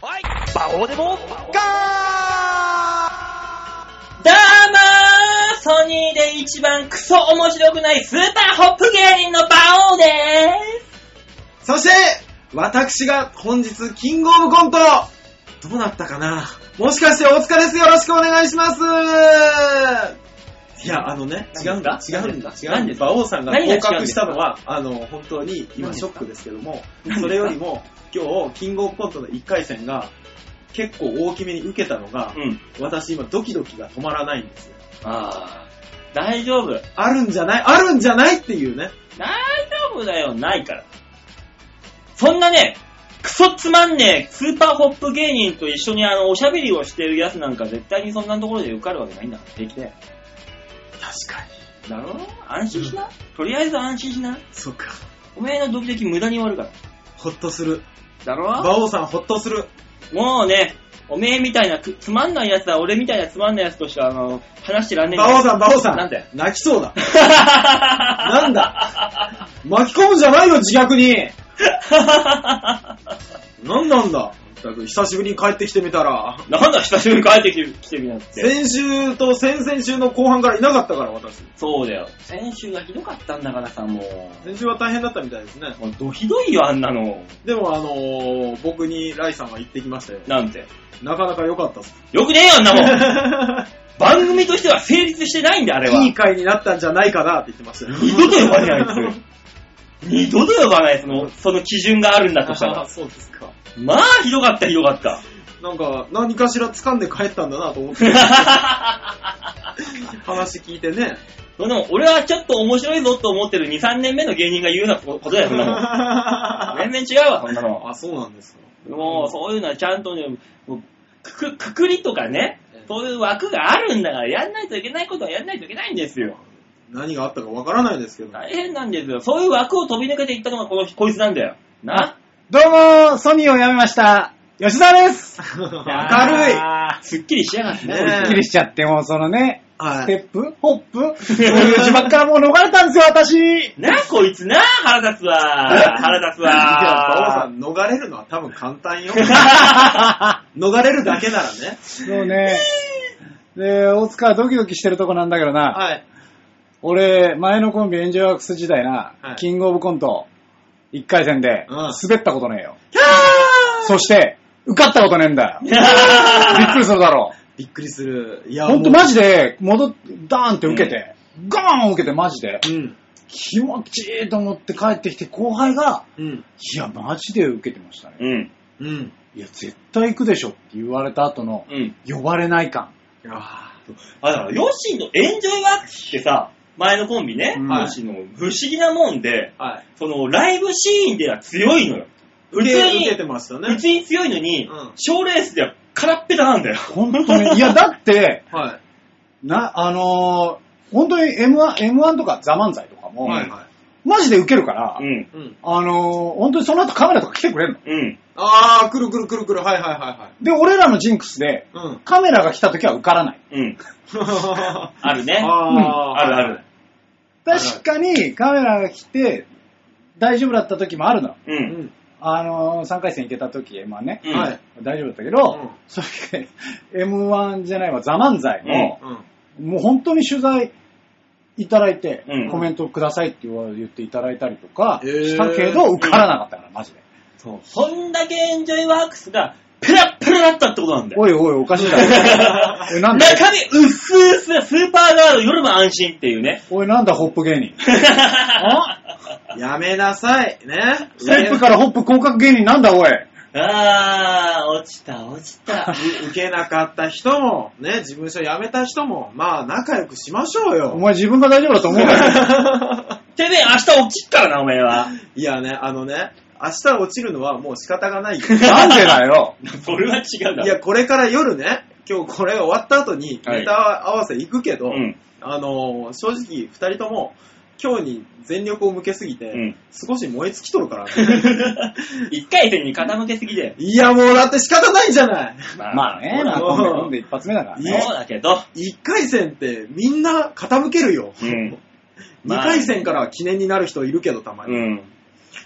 そうでも、ガどうもーソニーで一番クソ面白くないスーパーホップ芸人のバオでそして、私が本日、キングオブコント、どうなったかなもしかして大塚です。よろしくお願いします。いや、あのね、違うんだ、違何うんだ、何違何うんですだ。か馬王さんが何が違うんで合すか格したのは、あの、本当に今ショックですけども何ですか、それよりも、今日、キングオブコントの1回戦が、結構大きめに受けたのがー、うん。私今ドキドキが止まらないんですよ。あー、大丈夫。大あるんじゃないあるんじゃないっていうね。丈夫だよ、ないから。そんなね、クソつまんねえスーパーホップ芸人と一緒にあの、おしゃべりをしてるやつなんか絶対にそんなところで受かるわけないんだから、平気だよ。確かに。 だろ安心しな。とりあえず安心しな。そっか。おめえのドキドキ無駄に終わるから。ほっとする。だろ馬王さんほっとする。もうね、おめえみたいなつつまんないやつは俺みたいなつまんないやつとしてはあの、話してらんねえんだ馬王さん、馬王さん。なんだよ。泣きそうだ。 なんだ巻き込むんじゃないよ、自虐に。なんなんだったく久しぶりに帰ってきてみたら。 なんだ久しぶりに帰ってきて来てみなって。先週と先々週の後半からいなかったから、私。そうだよ。先週がひどかったんだからさ、もう。先週は大変だったみたいですね。もうどひどいよ、あんなの。でも、あのー、僕にライさんは言ってきましたよ。なんて。なかなか良かったっす。よくねえよ、あんなもん。 番組としては成立してないんだ、あれは。いい回になったんじゃないかなって言ってましたよ。二度と呼ばねえ、あ いつ。二度と呼ばない、その、その基準があるんだとしたあら ー。そうですか。まあ、ひどかった、ひどかった。なんか、何かしら掴んで帰ったんだなと 思って、話聞いてね。 でも、俺はちょっと面白いぞと思ってる2、3年目の芸人が言うなことだよ、そんなの。 全然違うわ、そんなの。あ、そうなんですか。もう、そういうのはちゃんとね、もうくく、くくりとかね、そういう枠があるんだから、やんないといけないことはやんないといけないんですよ。何があったかわからないです けど。大変なんですよ。そういう枠を飛び抜けていったのがこの、こいつなんだよ。などうもーソニーを辞めました、吉田です明るいあすっきりしやがってーね。ねすっきりしちゃって、もうそのね、はス い。テップホップそういう呪縛からもう逃れたんですよ、私なあ、こいつな、腹立つわ。腹立ついや、馬王さわ。ん、逃れるのは多分簡単よ。逃れるだけならね。そうね。で、大塚はドキドキしてるとこなんだけどな、はい。俺、前のコンビエンジョイワークス時代な、はいキングオブコント、1回戦で、うん滑ったことねえよ。そして、受かったことねえんだよ。び っくりするだろう。びっくりする。いや、ほんともうマジで、戻っ、ダーンって受けて、ガーン受けてマジで、うん。気持ちいいと思って帰ってきて後輩が、うん。いや、マジで受けてましたね。 うん、うん。いや、絶対行くでしょって言われた後の、うん。呼ばれない感。ああ、だから、ヨッシーのエンジョイワークスってさ、前のコンビね、うんヨッシーの不思議なもんで、ーはい。その、ライブシーンでは強いのよ。普受通け、受けに、てました普ね。通に強いのにうん、賞、レースでは空っぺたなんだよ。本 当に。いや、だって、はな、あのー本当に M1、M1 とかザ漫才とかい。も、はい。はマジで受けるから、うん、い。うん。あのー本当にその後カメラとか来てくれるの。うん。あー、くるくるくるくる。はいはいはで、俺らのジンクスで、いはい。う ん。カメラが来た時は受からない。うん。ああるね。ああるある。。確かにカメラが来て、大丈夫だった時もあるの。う。うんん。あのー、3回戦行けた時、M1 ね。うん。はい。大丈夫だったけど、うんそれで M1 じゃないわ、ザ・漫才の、うん。もう本当に取材いただいて、うんコメントくださいって言わ言っていただいたりとかへーしたけど、受からなかったから、マジで。そう。そんだけエンジョイワークスが、ペラッペラだったってことなんだ よ。おいおい、おかしいだ ろ。おい、なんだ、中身、うっすうっす、スーパーガール、夜も安心っていうね。おい、なんだ、ホップ芸人。やめなさい。ね。ステップからホップ広角芸人なんだ、おい。あー、落ちた、落ちた。受けなかった人も、ね、事務所辞めた人も、まあ仲良くしましょ うおよ。前自分が大丈夫だと思う から。 てめえ、明日落ちっからな、お前は。いやね、あのね、明日落ちるのはもう仕方 がないよ。なんでだよ。 それは違うだろ。いや、これから夜ね、今日これ終わった後にはいネタ合わせ行くけど、 うん。あのー正直二人とも、今日に全力を向けすぎて、うん少し燃え尽きとるからね、 一回戦に傾けすぎだよ。いや、もうだって仕方ないじゃないまあね、まあ、ほら今度今度一発目だからいね。やそうだけど、一回戦ってみんな傾けるよ。う二、ん回戦から記念になる人いるけど、たまに。うん。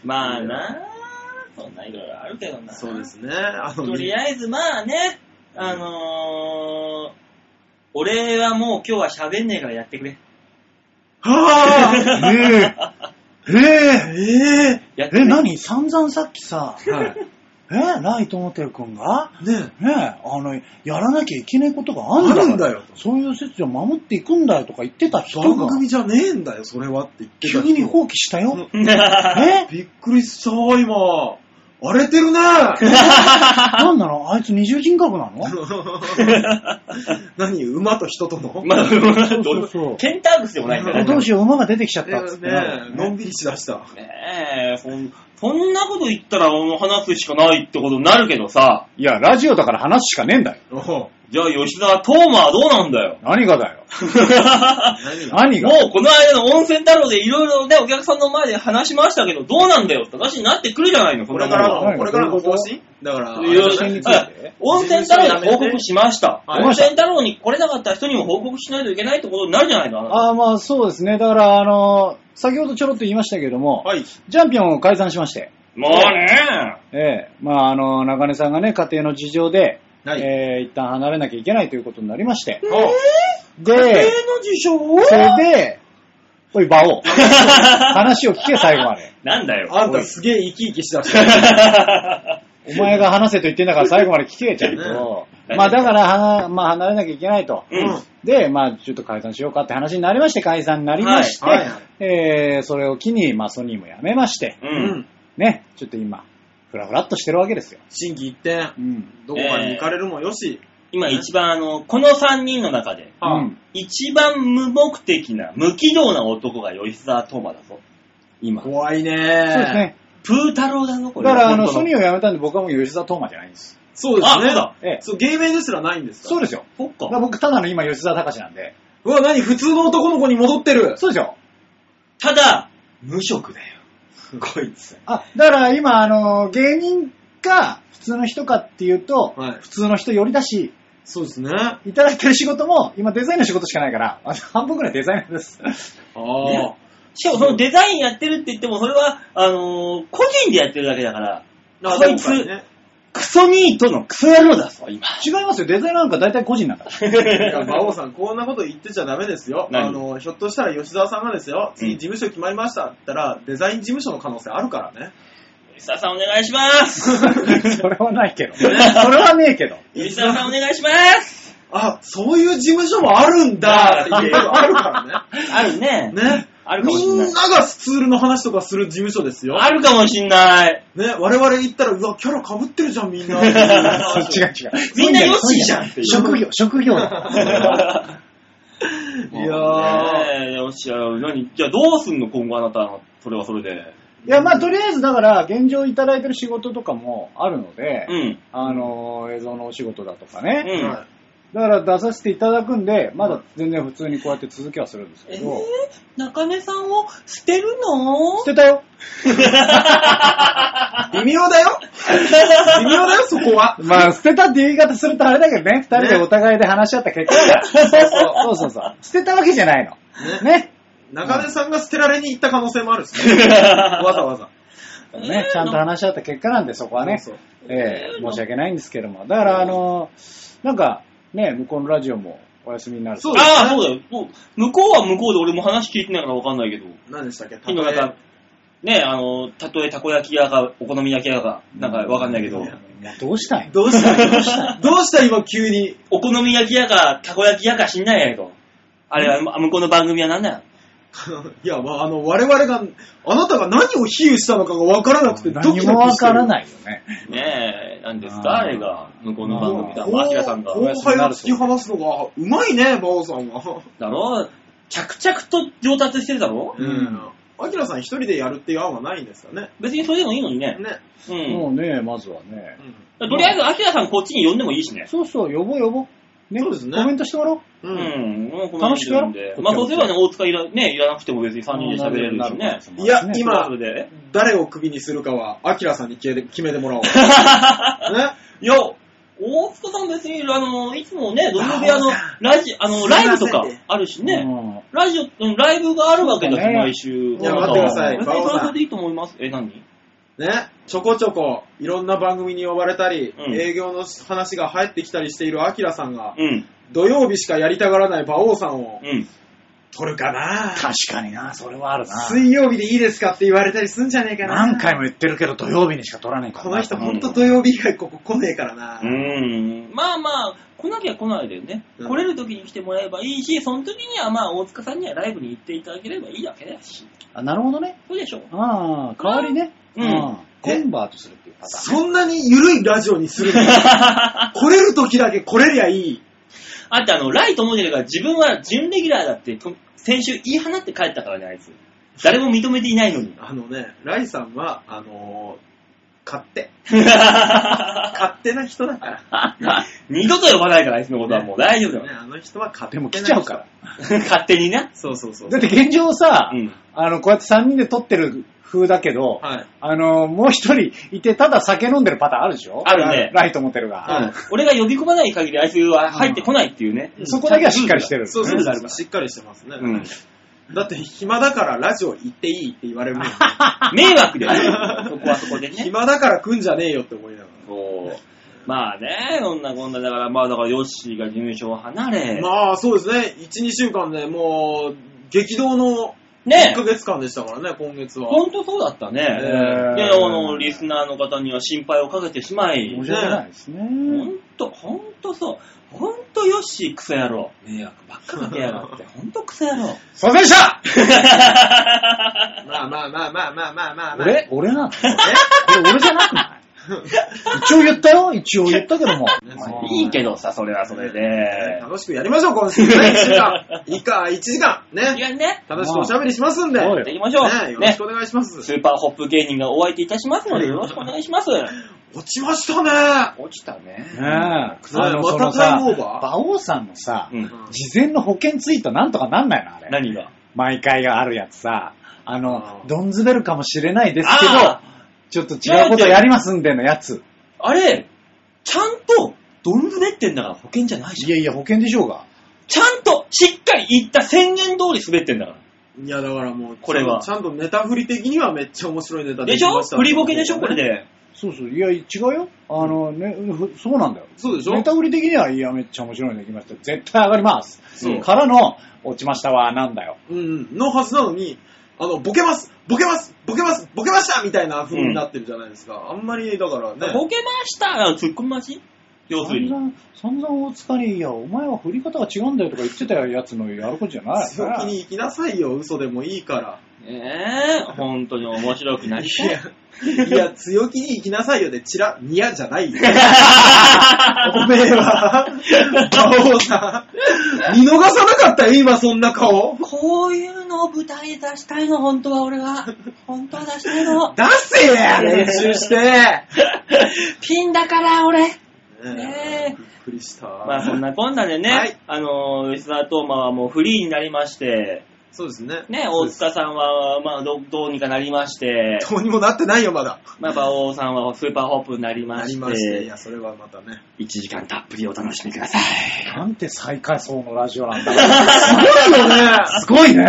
まあなそんないろいろあるけどな。そうですね。あの、とりあえずまあね、あのー、俺はもう今日は喋んねえからやってく れ。はええぁええやってえくえ、れ何散々さっきさ、ぇ、はい。えライトモテル君がねねえ、あの、やらなきゃいけないことがあるんだからあるんだよそういう説を守っていくんだよとか言ってた人が、番組じゃねえんだよ、それはって言ってた急人に放棄したよ。えびっくりした、今。荒れて るね。なんなのあいつ二重人格なの何馬と人との、まあ、うどそううそうケンタークスでもないんだえよどね。うしよう、馬が出てきちゃったっつってねなるよねのんびりしだした。ねえ、そんそんなこと言ったらもう話すしかないってことになるけどさ、いや、ラジオだから話しかねえんだよ。おうじゃあ吉沢トーマはどうなんだよ。何がだよ。何が何 がもうこの間の温泉太郎でいろいろね、お客さんの前で話しましたけど、どうなんだよって話になってくるじゃないの、そこんなれもかんらは。はの、いこれからのどういうこ方と針だから、いろいろあれじゃないはい温泉太郎に報告しました。はい温泉太郎に来れなかった人にも報告しないといけないってことになるじゃないのあなたああ、まあそうですね。だから、あの、先ほどちょろっと言いましたけども、はい。ジャンピオンを解散しまして、もうねええまああの、中根さんがね、家庭の事情で、はいええ一旦離れなきゃいけないということになりまして、おうで、それで、おい、馬王、 話を聞け、最後まで。なんだよ。あんたすげえ生き生きしだした。お前が話せと言ってんだから最後まで聞け、ちゃんと。まあだから、はまあ離れなきゃいけないと。うん。で、まあちょっと解散しようかって話になりまして、解散になりまして、はいはえー、それを機に、まあソニーも辞めまして、 う。うんん。ね、ちょっと今、ふらふらっとしてるわけですよ。心機一転う。ん。どこかに行かれるもよし。今一番あの、この3人の中で、はあうん一番無目的な、無軌道な男が吉沢トーマだぞ。今。プ怖いねそうですね。ー太郎だぞ、こだれ。から、あの、本当ソニーを辞めたんで僕はもう吉沢東馬じゃないんです。そうですね。あそうだええそう、芸名ですらないんですかそうでですよ。そっだからか。僕、ただの今吉沢隆なんで。す。うわ、何普通の男の子に戻ってる。そうですよ。ただ、無職だよ。こいつ。あ、だから今、あの、芸人か、普通の人かっていうと、はい普通の人寄りだし、そうですね。あいただいてる仕事も、今デザインの仕事しかないから、あ半分ぐらいデザイナーです。あ。しかもそのデザインやってるって言っても、それは、あのー個人でやってるだけだから、あこいつでも ねクソニートのクソ野郎だぞ、今。違いますよ、デザイナーなんか大体個人なん だから。いや、馬王さん、こんなこと言ってちゃダメですよ。何あの、ひょっとしたら吉沢さんがですよ、次うん事務所決まりましたって言ったら、デザイン事務所の可能性あるからね。吉沢さんお願いし ます。それはないけど。それはねえけど。吉沢さんお願いし ます。あ、そういう事務所もあるんだって言えばあるからね。あるね。 ね。あるかもしみんんない。ながスツールの話とかする事務所ですよ。あるかもしんない。ね、我々行ったら、うわ、キャラ被ってるじゃん、みん な。そう 違う違う。みんなヨッそうシーうじゃんっていう職業、職業だ。いやー。ねえよっしゃ、何じゃあどうすんの今後あなた、それはそれで。いや、まあ、とりあえず、だから、現状いただいてる仕事とかもあるので、うん。あの、映像のお仕事だとかね。うんはいだから出させていただくんで、まだ全然普通にこうやって続きはするんですけど。中根さんを捨てるの捨てたよ。微妙だよ微妙だよ、そこは。まあ、捨てたって言い方するとあれだけどね、二人でお互いで話し合った結果だから。そうそうそう。捨てたわけじゃないの。ね。中根さんが捨てられに行った可能性もあるしね。わざわざ。ね、ちゃんと話し合った結果なんで、そこはねそうそう。ええ申し訳ないんですけども。だから、あの、なんか、ね、向こうのラジオもお休みになるとそうですねああ、そうだよ。もう向こうは向こうで俺も話聞いてないからわかんないけど。何でしたっけ今なんか、ねあの、たとえたこ焼き屋か、お好み焼き屋か、なんかわかんないけど、もうどうしたいどう したどうしたどうした今急に。 お好み焼き屋か、たこ焼き屋か知んないやけど。あれは、ま向こうの番組はなんだよ。いや、まあ、あの、我々が、あなたが何を比喩したのかが分からなくて、ドキドキ何もわからい。ないよね。ねえ、なんですあかーあれが、向こうの番組だ。後マキラさんが。後輩が突き放すのが、うまいね、馬王さんは。だろ着々と上達してるだろうんうん。アキラさん一人でやるっていう案はないんですかね。別にそれでもいいのにね。ね。うもん。うね、まずはね。とりあえず、アキラさんこっちに呼んでもいいしね。そうそう、呼ぼう呼ぼう。ね、そうですねコメントしてもらおう。う。うんん。もうこの楽しくやろう時点でまあそうすればね、大塚いら,、ね、いらなくても別に3人で喋れるしね。いやね今それで。誰をクビにするかは、アキラさんに決めて決めてもらおう。ね。いや、大塚さん別に、あの、いつもね、ドミノ部屋のあーラジ、あすの、いまラせんイブとかあるしね。うんラジオ、うんライブがあるわけだし、そうだね毎週。いや待ってください別に馬そ王れさんはそれでいいと思います。え、何ね、ちょこちょこいろんな番組に呼ばれたり、うん営業の話が入ってきたりしているアキラさんが、うん。土曜日しかやりたがらない馬王さんをうん。取るかな確かにな、それはあるな。水曜日でいいですかって言われたりすんじゃねえかな何回も言ってるけど、土曜日にしか撮らないからこな。の人もほんと土曜日以外ここ来ねえからな。うん。まあまあ、来なきゃ来ないでね。うん来れる時に来てもらえばいいし、その時にはまあ、大塚さんにはライブに行っていただければいいだけだし。あ、なるほどね。そうで しょう。ああ、代わりね。うんコンバートするっていうパターン。そんなに緩いラジオにす るの来れる時だけ来れりゃいい。あとあの、ライトモデルが自分は準レギュラーだって、と先週言い放って帰ったからね、あいつ。誰も認めていないのに。 あのね、ライさんは、あのー、勝手。二勝手な人だから。度と呼ばないから、あいつのことはもう大丈夫だね、よ。 あの人は勝手でなも人来ちゃうから。。勝手にな。そうそうそう。だって現状さ、うん。あの、こうやって3人で撮ってる風だけど、はい。あの、もう1人いて、ただ酒飲んでるパターンあるでしょあるねライトモテルが。はい俺が呼び込まない限り、あいつは入ってこないっていうね。うんそこだけはしっかりしてる。そうそうルールがあそるかう。らしっかりしてますね。うん。だって暇だからラジオ行っていいって言われるもんね迷惑だよ ね。そこはそこでね。暇だから来んじゃねえよって思いながそう。まあね、そんなこんな、だから、まあだから、ヨッシーが事務所を離れら。、まあそうですね、1、2週間でもう、激動の1ねヶ月間でしたからね、今月は。ほんとそうだったえね。ーで、あの、リスナーの方には心配をかけてしまい申、し訳ないですね。ほんと、ほんとそう。ほんとヨッシークソ野郎。迷惑ばっかかけや がって、ほんとクソ野郎。すいませんでしたまあまあまあまあまあまあまあまあ。俺俺なの俺俺じゃなくない一応言ったよ一応言ったけども。そういいけどさ、それはそれで。楽しくやりましょう、今週もね。1週間。以下、1時間。いね。やね、楽しくおしゃべりしますんで。そうやよっていきましょね、よう。ろしねく、お願いします。スーパーホップ芸人がお相手いたしますので、よろしくお願いし ます。落ちましたね。落ちたね。ねえ。あの、まそたタイのさ、ムオーバー馬王さんのさ、うん。事前の保険ツイートなんとかなんないのあれ。何が毎回があるやつさ、ああのー、ドンズベルかもしれないですけどあ、ちょっと違うことやりますんでのやつ。あれ、ちゃんと、どんずねってんだから保険じゃないじゃんい。やいや、保険でしょうが。ちゃんと、しっかり言った宣言通り滑ってんだから。いや、だからもう、これはちゃんとネタ振り的にはめっちゃ面白いネタできしょまた振りボケでしょこれ。で。そうそう、いや、違うよ。あの、ね、ふそうなんだよ。そうでしょネタ売り的には、いや、めっちゃ面白いのできました。絶対上がります。そうからの、落ちましたわ、なんだよ。うん、のはずなのに、あの、ボケますボケますボケますボケましたみたいな風になってるじゃないですか。あんまり、だからね。ボケましたツッコミ待ち要するに。散々、散々大塚に、いや、お前は振り方が違うんだよとか言ってたやつのやることじゃない。強気に行きなさいよ、嘘でもいいから。ええ本当に面白 くなりいたい。や、いや、強気に行きなさいよで、チラ、ニヤじゃない よ。おめえは、馬王さん、見逃さなかったよ、今そんな顔。こういうのを舞台で出したいの、本当は俺は。本当は出したいの。出せや練習して。ピンだから、俺。ねえびっくりした。 まあそんなこんなでね、はいあのー、吉沢東馬はもうフリーになりまして、そうですね。ね、大塚さんは、まあどどうにかなりまして、どうにもなってないよ、まだ。まあ馬王さんはスーパーホップになりまなりしまして。いて、や、それはまたね。 1時間たっぷりお楽しみください。なんて最下層のラジオなんだ。すごいよね。すごいね。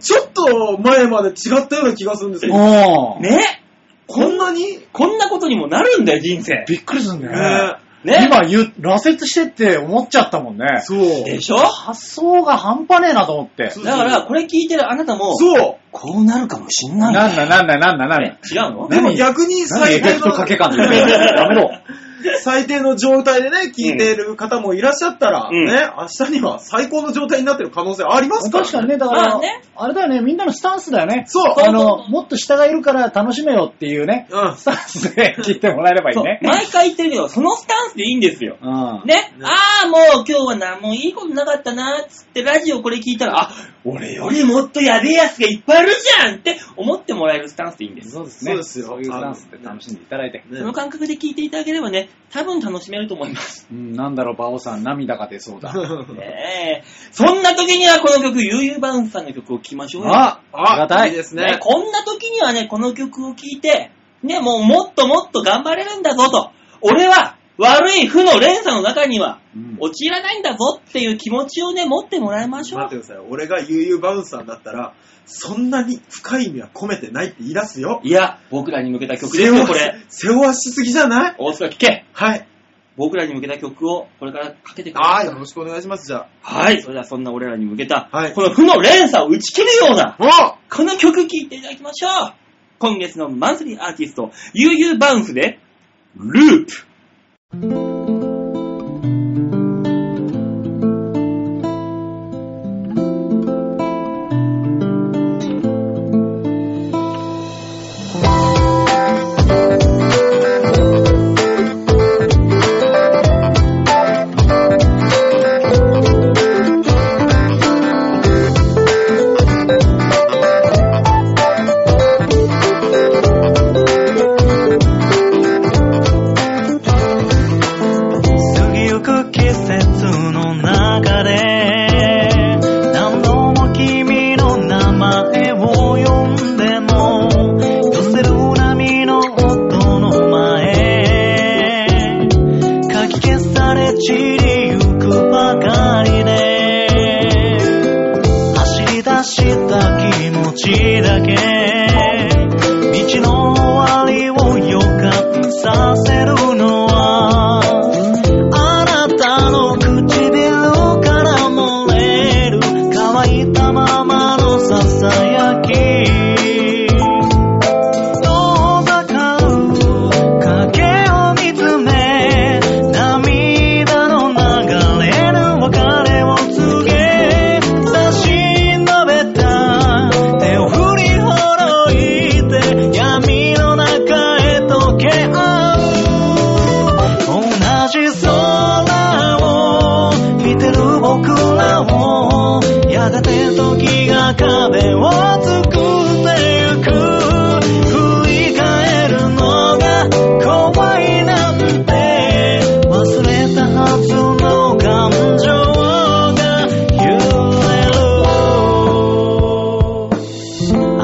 ちょっと前まで違ったような気がするんですけど、おー。ねこんなにこんなことにもなるんだよ、人生。びっくりするんだよね。ねね今言う、挫折してって思っちゃったもんね。そう。でしょ発想が半端ねえなと思って。そうだから、これ聞いてるあなたも、そう。こうなるかもしんなないんだなんだなんだなんだえ。違うのでも逆になんで最エフェ低クトのか、け かんだよやめろ。最低の状態でね、聞いてる方もいらっしゃったら、うんね、明日には最高の状態になってる可能性ありますから、確かにね、だから、まああねれだよね、みんなのスタンスだよね。そうあの、もっと下がいるから楽しめよっていうね、うんスタンスで聞いてもらえればいいそうね。毎回言ってるけど、そのスタンスでいいんですよ。うん。ね、ああ、もう今日は何もいいことなかったな、つってラジオこれ聞いたら、あ、俺よりもっとやべえやつがいっぱいあるじゃんって思ってもらえるスタンスでいいんです。そうですそね。うですよそういうスタンスで楽しんでいただいて。ねその感覚で聞いていただければね、多分楽しめると思います。うん、なんだろう、バオさん、涙が出そうだ。ねえ。 そんな時にはこの曲、ゆうゆうバウンスさんの曲を聴きましょうよ。あ、あありがたいいいで。すねね。こんな時にはね、この曲を聴いて、ね、もうもっともっと頑張れるんだぞと、俺は悪い負の連鎖の中にはうん陥らないんだぞっていう気持ちをね、持ってもらいましょ 待っうて。ください。俺が悠々バウンサーだったら、そんなに深い意味は込めてないって言い出すよ。いや、僕らに向けた曲ですよ、これ。背負わしすぎじゃない大塚聞けはい。僕らに向けた曲をこれからかけてくだあさあ、いよ。ろしくお願いします、じゃはい。それではそんな俺らに向けた、はいこの負の連鎖を打ち切るような、あ。おこの曲聴いていただきましょう今月のマンスリーアーティスト、ゆうゆうバウンスで、ループ。過ぎゆく季節の中で何度も君の名前を呼んでも寄せる波の音の前かき消され散りゆくばかりで走り出した気持ちだけ道の終わりを予感させるのはあなたの唇から漏れる乾いたままのささやき遠ざかる影を見つめ涙の流れる別れを告げ差し伸べた手を振りほどいて闇の中へ溶け合う同じ空を見てる僕らをやがて時が壁を作ってゆく振り返るのが怖いなんて忘れたはずの感情が揺れる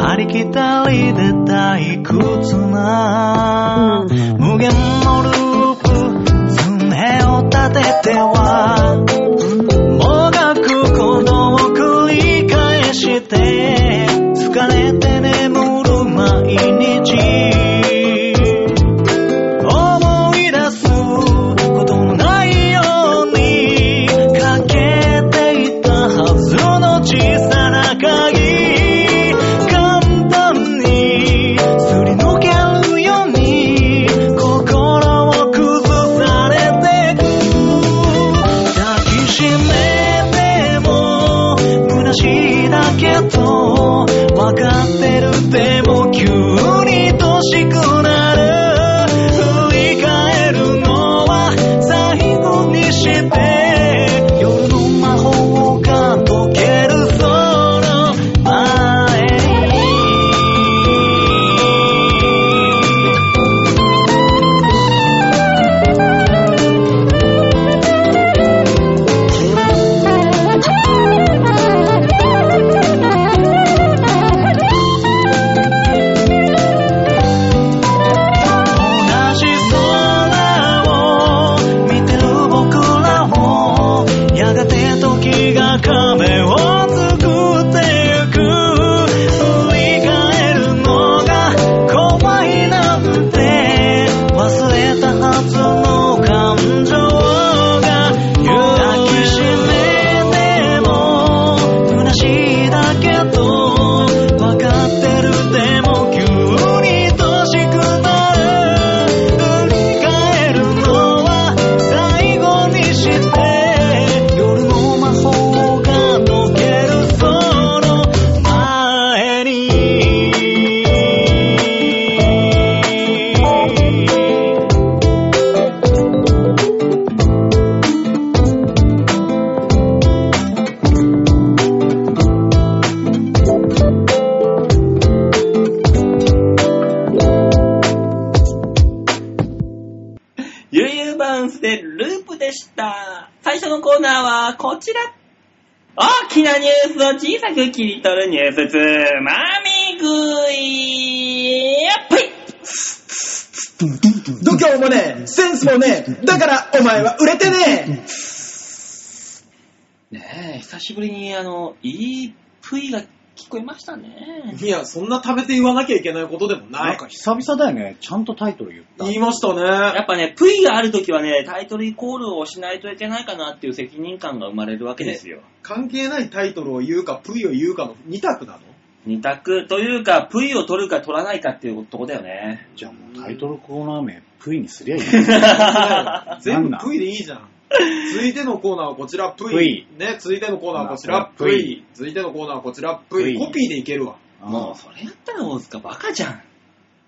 ありきたりで退屈な無限のループ爪を立ててはもがくことを繰り返して疲れて眠る毎日思い出すことのないようにかけていたはずの小さな鍵簡単にすり抜けるように心を崩されてく抱きしめても虚しいだけどわかってるでも急に年くなる振り返るのは最後にして夜の魔法が解けるその前に同じ空を見てる僕らもやがて時が壁を作ってゆく振り返るのが怖いなんて忘れたはずの感情が抱きしめても虚しいだけどわかってるでも急に年くなる振り返るのは最後にして夜の魔法が解けるその前にゆうゆうバウンスでループでした。最初のコーナーはこちら。大きなニュースを小さく切り取るニュースつまみ食いやっぱり度胸もねえ、センスもねえ、だからお前は売れてねえ。ねえ、久しぶりにあの、いい V が聞こえました ね。いや、そんな食べて言わなきゃいけないことでもななんい。か久々だよね。ちゃんとタイトル言った。言いましたやね。っぱね、プイがあるときはね、タイトルイコールをしないといけないかなっていう責任感が生まれるわけですよ。関係ないタイトルを言うか、プイを言うかの二択なの二択というか、プイを取るか取らないかっていうとこだよね。じゃあもうタイトルコーナー名、プイにすりゃいい。全な部んなんプイでいいじゃん。続いてのコーナーはこちら、ププイイ。ね、続いてのコーナーはこちまらあ、ププイイ。続いてのコーナーはこちら、ププイ。イコピーでいけるわ。もう、それやったら大塚バカじゃ ん。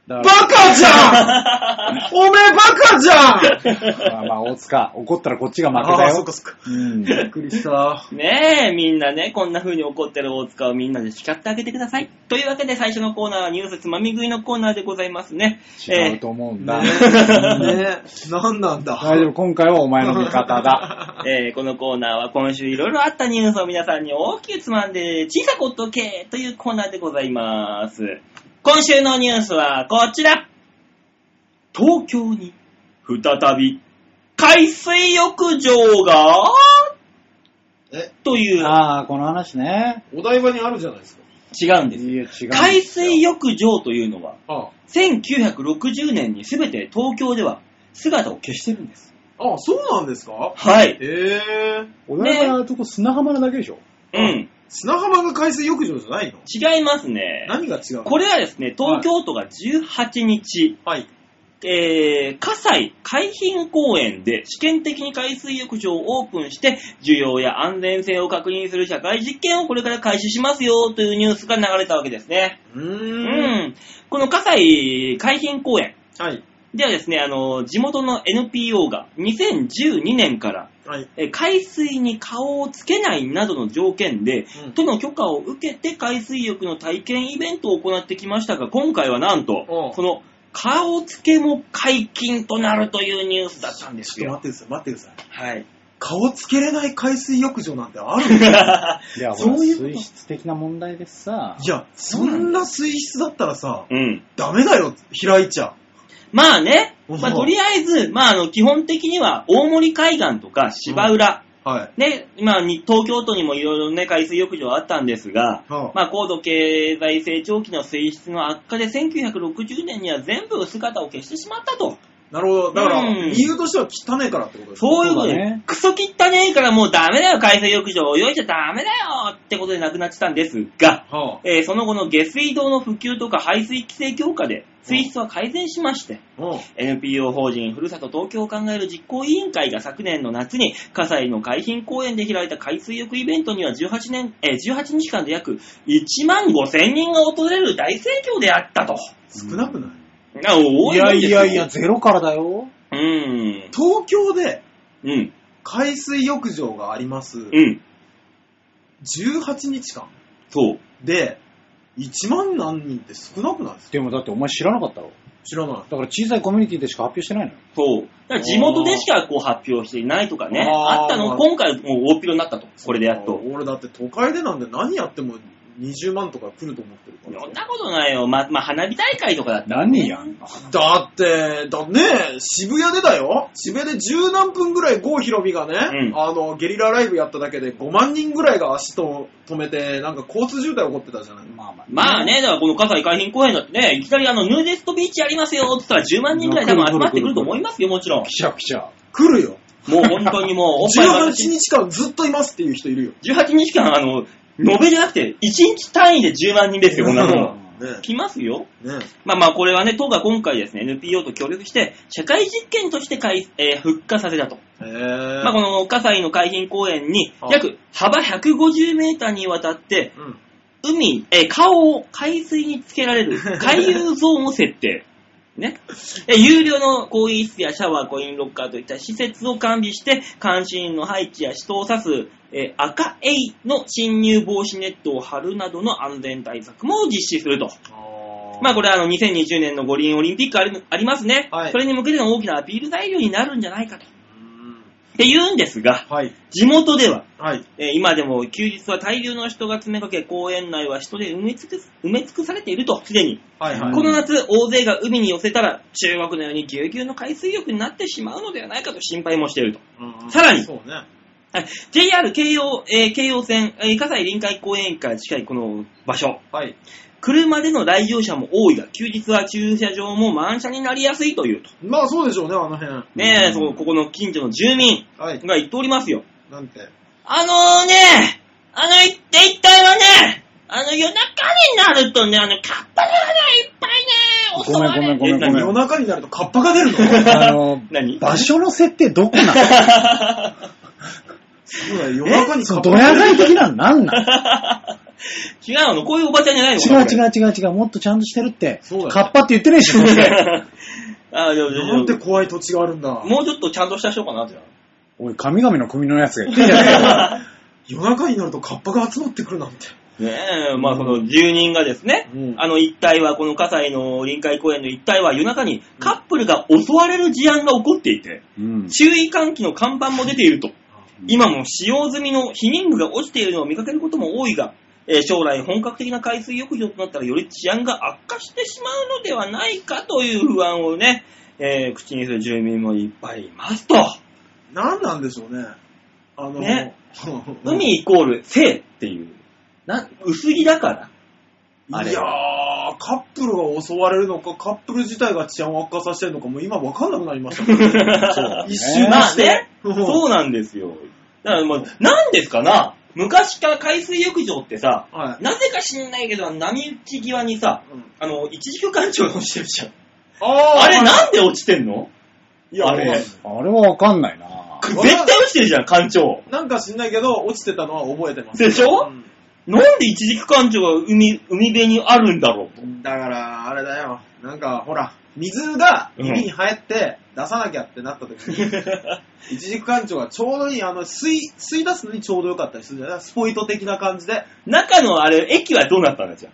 だバかカじ ゃんおめえバカじ ゃんらまあまあ、大塚、怒ったらこっちが負けあだー、そっよか。そっか。うん。びっくりした。ねえ、みんなね、こんな風に怒ってる大塚をみんなで叱ってあげてください。というわけで最初のコーナーはニュースつまみ食いのコーナーでございますね。違う と思うんだ。ね、なんなんだ。大丈夫、今回はお前の味方 だ。えーこのコーナーは今週いろいろあったニュースを皆さんに大きくつまんで小さくお届けというコーナーでございます。今週のニュースはこちら東京に再び海水浴場がえという、ああ、この話ね。お台場にあるじゃないですか。違うんいでや、す。違う。海水浴場というのはあ1960年に全て東京では姿を消してるんです。あ、あそうなんですかはい。へえ。お台場のとこ砂浜なだけでしょ。うん。砂浜が海水浴場じゃないの違いますね。何が違うのこれはですね、東京都が18日、はい。えー、葛西海浜公園で試験的に海水浴場をオープンして、需要や安全性を確認する社会実験をこれから開始しますよというニュースが流れたわけですね。ううーん。ん。この葛西海浜公園はい。ではですね、あの、地元の NPO が2012年から、はい。えー海水に顔をつけないなどの条件で、うん都の許可を受けて海水浴の体験イベントを行ってきましたが、今回はなんおうと、この顔付けも解禁となるというニュースだったんですちょっよ。と待ってください、待ってください。はい。顔つけれない海水浴場なんてあ るのいや、ほそら、ういうこと水質的な問題でさ。いや、そんな水質だったらさ、うん。ダメだよ、開いちゃ。まあね、おうまあとりあえず、まああの、基本的には大森海岸とか芝浦、はい。ね、まあに東京都にもいろいろね、海水浴場あったんですが、はあまあ高度経済成長期の水質の悪化で1960年には全部姿を消してしまったと。なるほど。だから、うん理由としては汚いからってことですねそういうことそうだでね、クソ汚ねえからもうダメだよ、海水浴場泳いじゃダメだよってことでなくなってたんですが、はえーその後の下水道の普及とか排水規制強化で水質は改善しまして、あ。うん。 NPO 法人ふるさと東京を考える実行委員会が昨年の夏に、葛西の海浜公園で開いた海水浴イベントには18年、えー18日間で約1万5千人が訪れる大盛況であったと。少なくない、あ多いいもやんでいすよやいや、ゼロからだよ。うん。東京でうん。海水浴場があります。うん。 18日間そう。で、1万何人って少なくないですかでもだってお前知らなかったろ。知らない。だから小さいコミュニティでしか発表してないのよ。そう。だから地元でしかこう発表していないとかね、あーあったの、今回もう大っぴろになったと。これでやっと。俺だって都会でなんで何やっても20万とか来ると思ってるそかんら。なことないよ。ま、まあ、花火大会とかだったら、何やんのだって、だねえ、渋谷でだよ渋谷で十何分ぐらい郷ひろみがね、うんあの、ゲリラライブやっただけで5万人ぐらいが足と止めて、なんか交通渋滞起こってたじゃない。まあまあ。まあね、だからこの葛西海浜公園だってね、いきなりあの、ヌーデストビーチやりますよって言ったら10万人ぐらい多 分集まってくると思いますよ、もちろん来。ちゃう来ちゃ来るよ もう本当にもう、おっぱい18丸出し日間ずっといますっていう人いるよ。 18日間、あの、延べじゃなくて、1日単位で10万人ですよ、こんなもん。ね来ますよ。え、ねまあまあ、これはね、都が今回ですね、NPO と協力して、社会実験として開、えー復活させたと。え。へえまあ、この葛西の海浜公園にあ約幅150メーターにわたってうん。海、えー顔を海水につけられ る海遊ゾーンを設定。ね。えー有料の更衣室やシャワー、コインロッカーといった施設を完備して、監視員の配置や人を指す、えー赤 A の侵入防止ネットを張るなどの安全対策も実施すると。まあこれはあの2020年の五輪オリンピックありありますね、はいそれに向けての大きなアピール材料になるんじゃないかと。うーんって言うんですが、はい。地元では、はい。えー今でも休日は大量の人が詰めかけ、公園内は人で埋め尽くす埋め尽くされていると、すでに。はい。うんこの夏、大勢が海に寄せたら、中国のようにぎゅうぎゅうの海水浴になってしまうのではないかと心配もしていると。うんさらにそうね。はい、JR 京葉、えー京葉線、えー、葛西臨海公園から近いこの場所。はい。車での来場者も多いが、休日は駐車場も満車になりやすいというと。まあそうでしょうね、あの辺。ねえ、うんそう、ここの近所の住民はい。が言っておりますよ。なんて。あのね、あの一帯はね、あの夜中になるとね、あの、カッパの花いっぱいね、襲ごめんわごめんれごめんごめ夜ん。中になるとカッパが出るのあの、何場所の設定どこなの そうだよ夜中にそカッのパドがヤ出る。顔的なの何なの 違うのこういうおばちゃんじゃないの違う違う。う違う違う、もっとちゃんとしてるって。そうだよカッパって言ってねえし、そして。あ、じゃあ、じゃあなんて怖い土地があるんだ。もうちょっとちゃんとした人かな、 じゃあ。おい、神々の組のやつが言ってんじゃねえよ。夜中になるとカッパが集まってくるなんて。ねえ、まあその住人がですね、うんあの一帯は、この葛西の臨海公園の一帯は夜中にカップルが襲われる事案が起こっていて、うん。注意喚起の看板も出ていると、今も使用済みの避妊具が落ちているのを見かけることも多いが、えー将来本格的な海水浴場となったらより治安が悪化してしまうのではないかという不安をね、えー口にする住民もいっぱいいますと、なんなんでしょうね。あの、 ねい海イコール性っていう、な薄着だから。あれやー、カップルが襲われるのか、カップル自体が治安を悪化させてるのか、もう今わかんなくなりました ね、そう一瞬にまあしてね、うんそうなんですよ。だからもう、なんですかな昔から海水浴場ってさ、はい。なぜか知んないけど、波打ち際にさ、うんあの、一時区間長が落ちてるじゃん。ああれんなんで落ちてんのいや、あれわかんないあれはわかんないな絶対落ちてるじゃん、干潮。なんか知んないけど、落ちてたのは覚えてます。でしょうなんで一時区間長が海、海辺にあるんだろうと。んだから、あれだよ。なんか、ほら、水が指に入って出さなきゃってなった時に、 一軸館長がちょうどいい、あの、吸い、吸い出すのにちょうどよかったりするんじゃないスポイト的な感じで。中のあれ、駅はどうなったんだじゃん。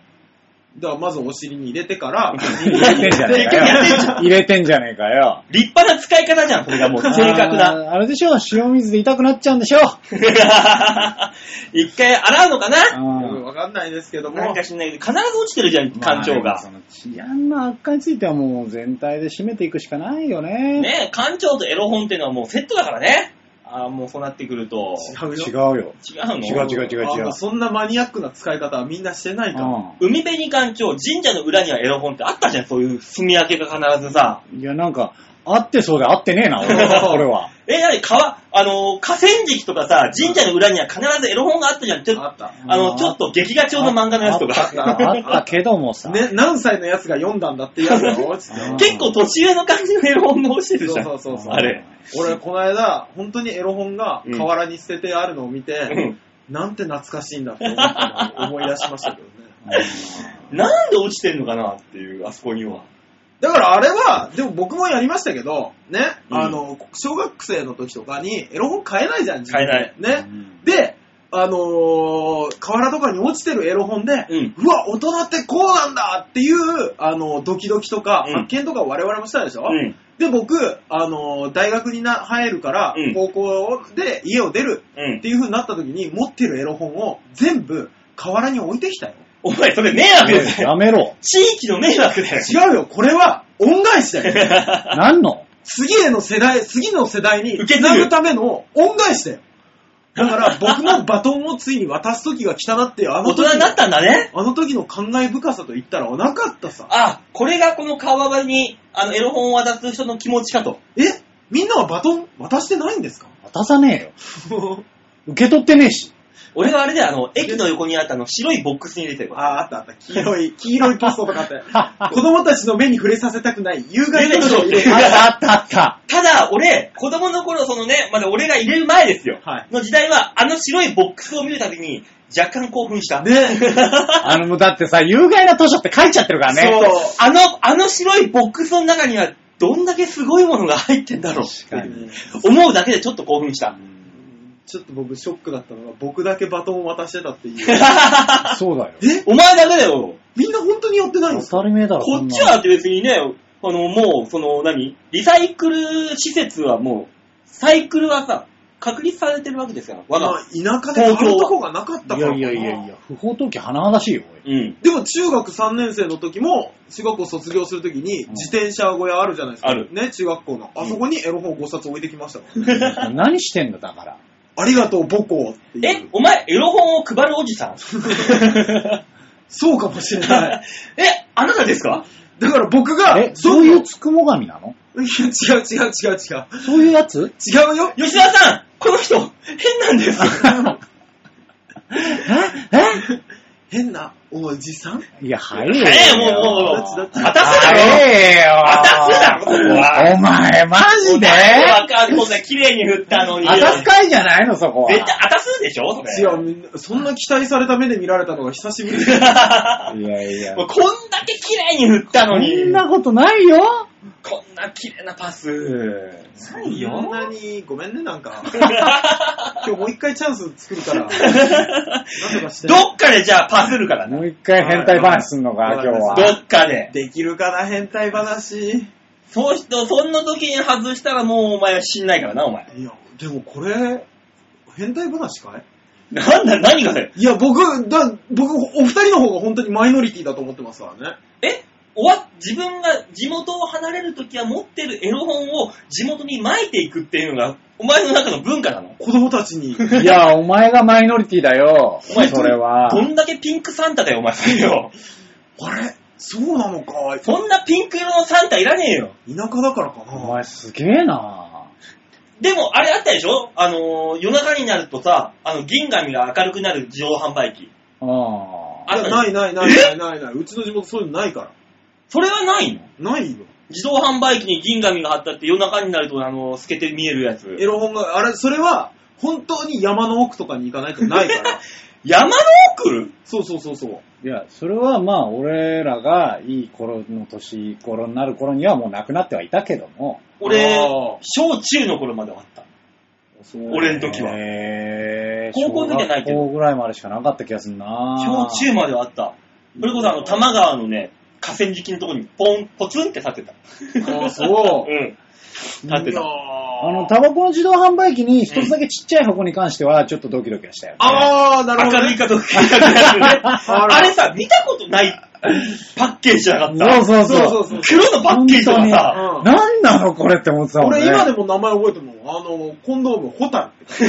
だから、まずお尻に入れてから、 入れてんじゃねえかよ。入れてんじゃねえかよ。立派な使い方じゃん、これが もう正確な。 あー。あれでしょ、塩水で痛くなっちゃうんでしょ。一回洗うのかなうんわかんないですけども。なんか知んないけど、必ず落ちてるじゃん、干潮が。まあでもその治安の悪化についてはもう全体で締めていくしかないよね。ねえ、館長とエロ本っていうのはもうセットだからね。ああ、もうそうなってくると。違うよ。違うよ。違うの違う違う違うあのそんなマニアックな使い方はみんなしてないから。海辺に館長、神社の裏にはエロ本ってあったじゃん、そういう住み分けが必ずさ。うんいや、なんか、合ってそうで合ってねえな、俺は。これは。え、なに川、あのー、河川敷とかさ、神社の裏には必ずエロ本があったじゃん。ちょああった。の、ちょっと劇画調の漫画のやつとあか。あったけどもさ。ね、何歳のやつが読んだんだってやつが落ちて。あ結構年上の感じのエロ本が落ちてるじゃん。そうそうそうそうあれ。俺、この間、本当にエロ本が河原に捨ててあるのを見て、うんなんて懐かしいんだって思ったのを思い出しましたけどね。なんで落ちてんのかなっていう、あそこには。だからあれは、でも僕もやりましたけど、ね、うんあの、小学生の時とかにエロ本買えないじゃん、自分で買えうね。んで、あのー河原とかに落ちてるエロ本で、うんわ、大人ってこうなんだっていう、あの、ドキドキとか、うん発見とか我々もしたでしょ、うん。で、僕、あの、大学にな入るから、うん高校で家を出るうっん。ていう風になった時に、持ってるエロ本を全部河原に置いてきたよ。お前、それ迷惑だよ。やめろ。地域の迷惑 だよ。違うよ、これは恩返しだよ。何の 次への世代、次の世代に受け継ぐ繋ぐための恩返しだ よ。だから僕もバトンをついに渡す時が来たなっていう、あの大時の人になったんだね。あの時の感慨深さと言ったらなかったさ。あ、これがこの川場に、あの、エロ本を渡す人の気持ちかと。えみんなはバトン渡してないんですか渡さねえよ。受け取ってねえし。俺はあれで、あの、駅の横にあったあの白いボックスに入れてる。ああ、あったあった。黄色 い、黄色いポストとかあ って。子供たちの目に触れさせたくない、有害なことを入れ有 る。害あったあったただ、俺、子供の頃、そのね、まだ俺が入れる前ですよ。はいの時代は、あの白いボックスを見るたびに、若干興奮 した。ね。あの、もうだってさ、有害な図書って書いちゃってるからね。そうあの、あの白いボックスの中には、どんだけすごいものが入ってんだろう。確かに思うだけでちょっと興奮した。ちょっと僕ショックだったのが、僕だけバトンを渡してたって いう。そうだよ。えお前だけだよ。みんな本当にやってないんですか当たり前だろ。こっちそんなは別にね、あの、もう、その、何リサイクル施設はもう、サイクルはさ、確立されてるわけですから、我まが。あ、田舎で買うとこがなかったの。いからやかないやいやいや、不法投棄甚だしいよ、おいうん。でも中学3年生の時も、中学校卒業するときに、ん自転車小屋あるじゃないですか。ある ね、中学校の。あそこにエロ本5冊置いてきましたからね。何してんだ、だから。ありがとう、母校っていうえ、お前、エロ本を配るおじ さんそうかもしれ ない。え、あなたですかだから僕が、え、どそんうどいんうつくも神なのいや違う違う違う違う。そういうやつ違うよ。吉沢さんこの人、変なん です変なおじさんいや、早えよ。ええ、もう、もう、もう、どっちどっちあたすだろ早えよ。あたすだろそこはお前、マジでわかる、こんな綺麗に振ったのに。あたす会じゃないの、そこは。絶対、あたすでしょそれ。違うみんな、そんな期待された目で見られたのが久しぶりいやいや も。うこんだけ綺麗に振ったそのに。んなことないよ。こんな綺麗なパうス。 んないそんよ。なに、ごめんね、なん か。今日もう一回チャンス作るから。なんとかして。どっかでじゃあパスるからな。もう一回変態話すんのか、は今い日は。どっかで。できるかな、変態話。いそう人、そんな時に外したらもうお前は死んないからな、お前。や、でもこれ、変態話かいなんだ、何がだよ。いや、僕、だ、僕、お二人の方が本当にマイノリティだと思ってますからね。えおわ、自分が地元を離れる時は持ってるエロ本を地元に撒いていくっていうのが、お前の中の文化なの子供たち に。いや、お前がマイノリティだよ。お前それは。どんだけピンクサンタだよ、お前、それよ。あれそうなのかいそんなピンク色のサンタいらねえよ。田舎だからかおな前すげえなでも、あれあったでしょあのー、夜中になるとさ、あの、銀紙が明るくなる自動販売機。うん。あいったでやしょないないないないないない。うちの地元そういうのないから。それはないのないよ。自動販売機に銀紙が貼ったって夜中になると、あのー、透けて見えるやつエ。ロ本が、あれ、それは、本当に山の奥とかに行かないとない から。山の奥そうそうそうそう。いや、それはまあ、俺らがいい頃の年頃になる頃にはもうなくなってはいたけども。俺あー、小中の頃まではあった。俺の時は。へー高校の時はないけど小学校ぐらいまでしかなかった気がするな小中まではあった。それこそあの、多摩川のね、河川敷のとこにポン、ポツンって立ってた。。ああ、そうん。立ってた。ああの、タバコの自動販売機に一つだけちっちゃい箱に関しては、ちょっとドキドキはしたよ、ね。あー、なるほ明ど、るいね。かどうか明るいかねあらあれさ、見たことないパッケージじゃなかった。そうそうそそううそう黒のパッケージとかさ、うんなんなのこれって思ってたもんね。俺今でも名前覚えてるもん。あの、コンドーム、ホタルって。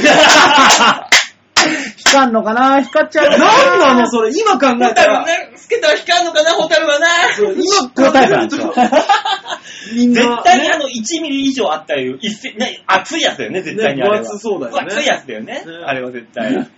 光んのかな光っちゃうかなんな のそれ、今考ホえタたルら。ね、透けたら光るのかな、ホタルはな。そう今考答えたえなんらでちすょよっと、みんな絶、対にあの1ミリ以上あったよ。一セね熱いやつだよね、絶対にあれは。ね分厚そうだよね分厚いやつだよねね。あれは絶対。ね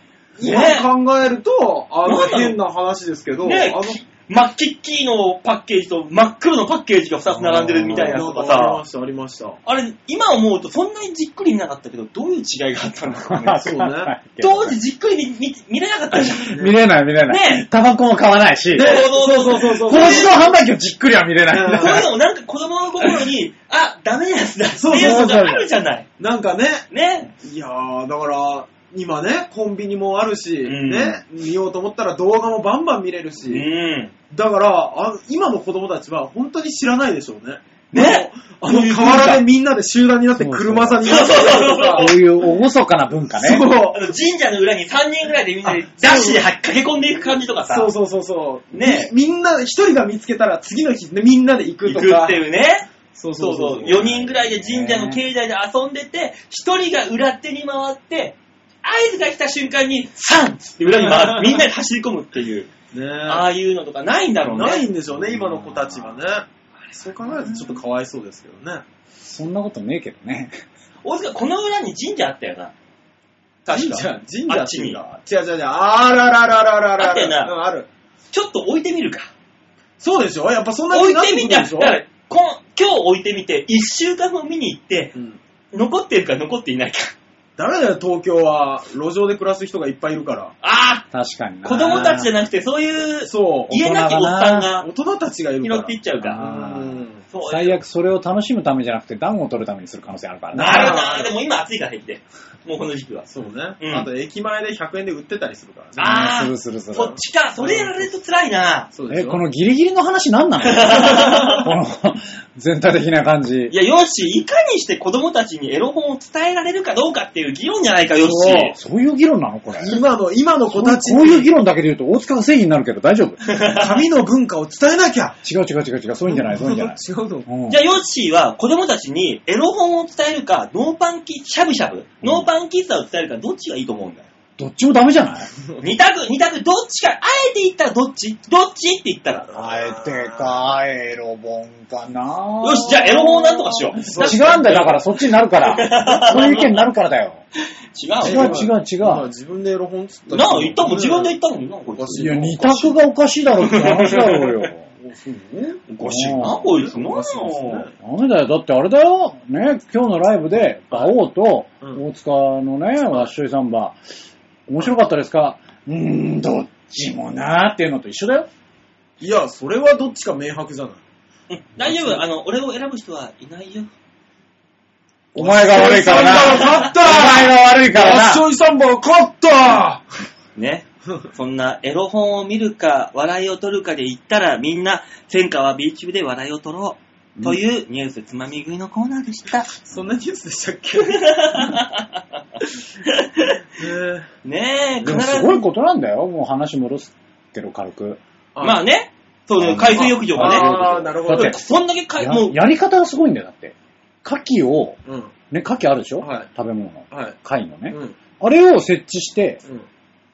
今考えると、あの、なんなの変な話ですけど、あの、き真っ黄っきりのパッケージと真っ黒のパッケージが2つ並んでるみたいなやつとかありさま。した、ありました。あれ、今思うとそんなにじっくり見なかったけど、どういう違いがあったんですかね ら。。そうね当時じっくり見見見れなかったじ ゃん。見れない見れなねい。タバコも買わないし、ねそうそうそうそう。この自動販売機をじっくりは見れない。うんこういうのをなんか子供の心 に、あ、ダメなやつだってそういうそのうそうそうがあるじゃない。なんかね、ね。いやー、だから、今ね、コンビニもあるし、うんね、見ようと思ったら動画もバンバン見れるうし、ん。だからあの、今の子供たちは本当に知らないでしょうね。ねあの、あそういうの文河化原でみんなで集団になって車さんになってこういう厳かな文化ね。あの神社の裏に3人ぐらいでみんなでダッシュでは駆け込んでいく感じとかさ。そうそうそうそう。ねみみんな、一人が見つけたら次の日、ね、みんなで行く行とくっかて。いう ね。そうそそううそうそう。4人ぐらいで神社の境内で遊んでて、1人が裏手に回って、合図が来た瞬間に、サンっつって裏に回 って、みんなで走り込むっていう。ねああいうのとかないんだろうね。ないんでしょうね、今の子たちはね。そう考えるとちょっとかわいそうですけどね。そんなことねえけどね。大塚、この裏に神社あったよな。確神か。社、神あ社っちってにいうか。違う違う違う。あららららららら。あったよなうん、ある。ちょっと置いてみるか。そうでしょやっぱそんな置いなってくるみでた。だしょからこん今日置いてみて、1週間後見に行ってう、ん残ってるか残っていないか。ダメだよ、東京は。路上で暮らす人がいっぱいいるから。あ確かにあな。子供たちじゃなくて、そういう、そう。家なきおっさんが大人たちがいるか拾ら。っていっちゃうか。あーうんそう。最悪それを楽しむためじゃなくて、暖を取るためにする可能性あるからね。なるなでも今暑いから平気で。もうこの時期は。そうね、うんあと駅前で100円で売ってたりするからね。あーするするする。そっちか。それやられると辛いな。そうでえ、し ょこのギリギリの話何なのこの、全体的な感じ。いや、ヨッシー、いかにして子供たちにエロ本を伝えられるかどうかっていう議論じゃないか、ヨッシー。そういう議論なのこれ。今の、今のこ子うたちこういうに議論だけで言うと大塚が正義になるけど大 丈夫。紙の文化を伝えなきゃ。違う違う違う違う、そういうんじゃない、 そういうんじゃない。違うの。うんじゃあ、ヨッシーは子供たちにエロ本を伝えるか、ノーパンキしゃぶしゃぶ、ノーパン喫茶を伝えるか、どっちがいいと思うんだよ。どっちもダメじゃない二択、二択、どっちか、あえて言ったらどっちどっちって言ったら。あえてか、エロ本かなよし、じゃあエロ本をなんとかしよう。そう違うんだよ、だからそっちになる から。そういう意見になるからだよ。違違うの。う 違う違今う。自分でエロ本つったなあ、言ったもん、自分で言ったのにな、こいつ。いや、二択がおかしいだろって話だ ろうよ。おかしいな、こいつ。なあダメだよ。だってあれだよ。ね、今日のライブで、馬王とうん大塚のね、わっしょいサンバ、面白かったですかうーん、どっちもなーっていうのと一緒だよ。いや、それはどっちか明白じゃない。うん大丈夫、あの、俺を選ぶ人はいないよ。お前が悪いからな。勝ったお前が悪いからわっしな。ょいサンバ勝った ね。そんな、エロ本を見るか、笑いを取るかで言ったら、みんな、戦火はビーチ部で笑いを取ろう。というニュースつまみ食いのコーナーでした。そんなニュースでしたっ けえーねえ、必でもずす。ごいことなんだよ。もう話戻すけど、軽く。まあね、そうね、海水浴場がね。あーなるほどだってそんだけかい、やもう、やり方がすごいんだよ、だって。牡蠣を、うん。ね、牡蠣あるでしょ、はい食べ物の。はい。貝のうね、ん。あれを設置して、う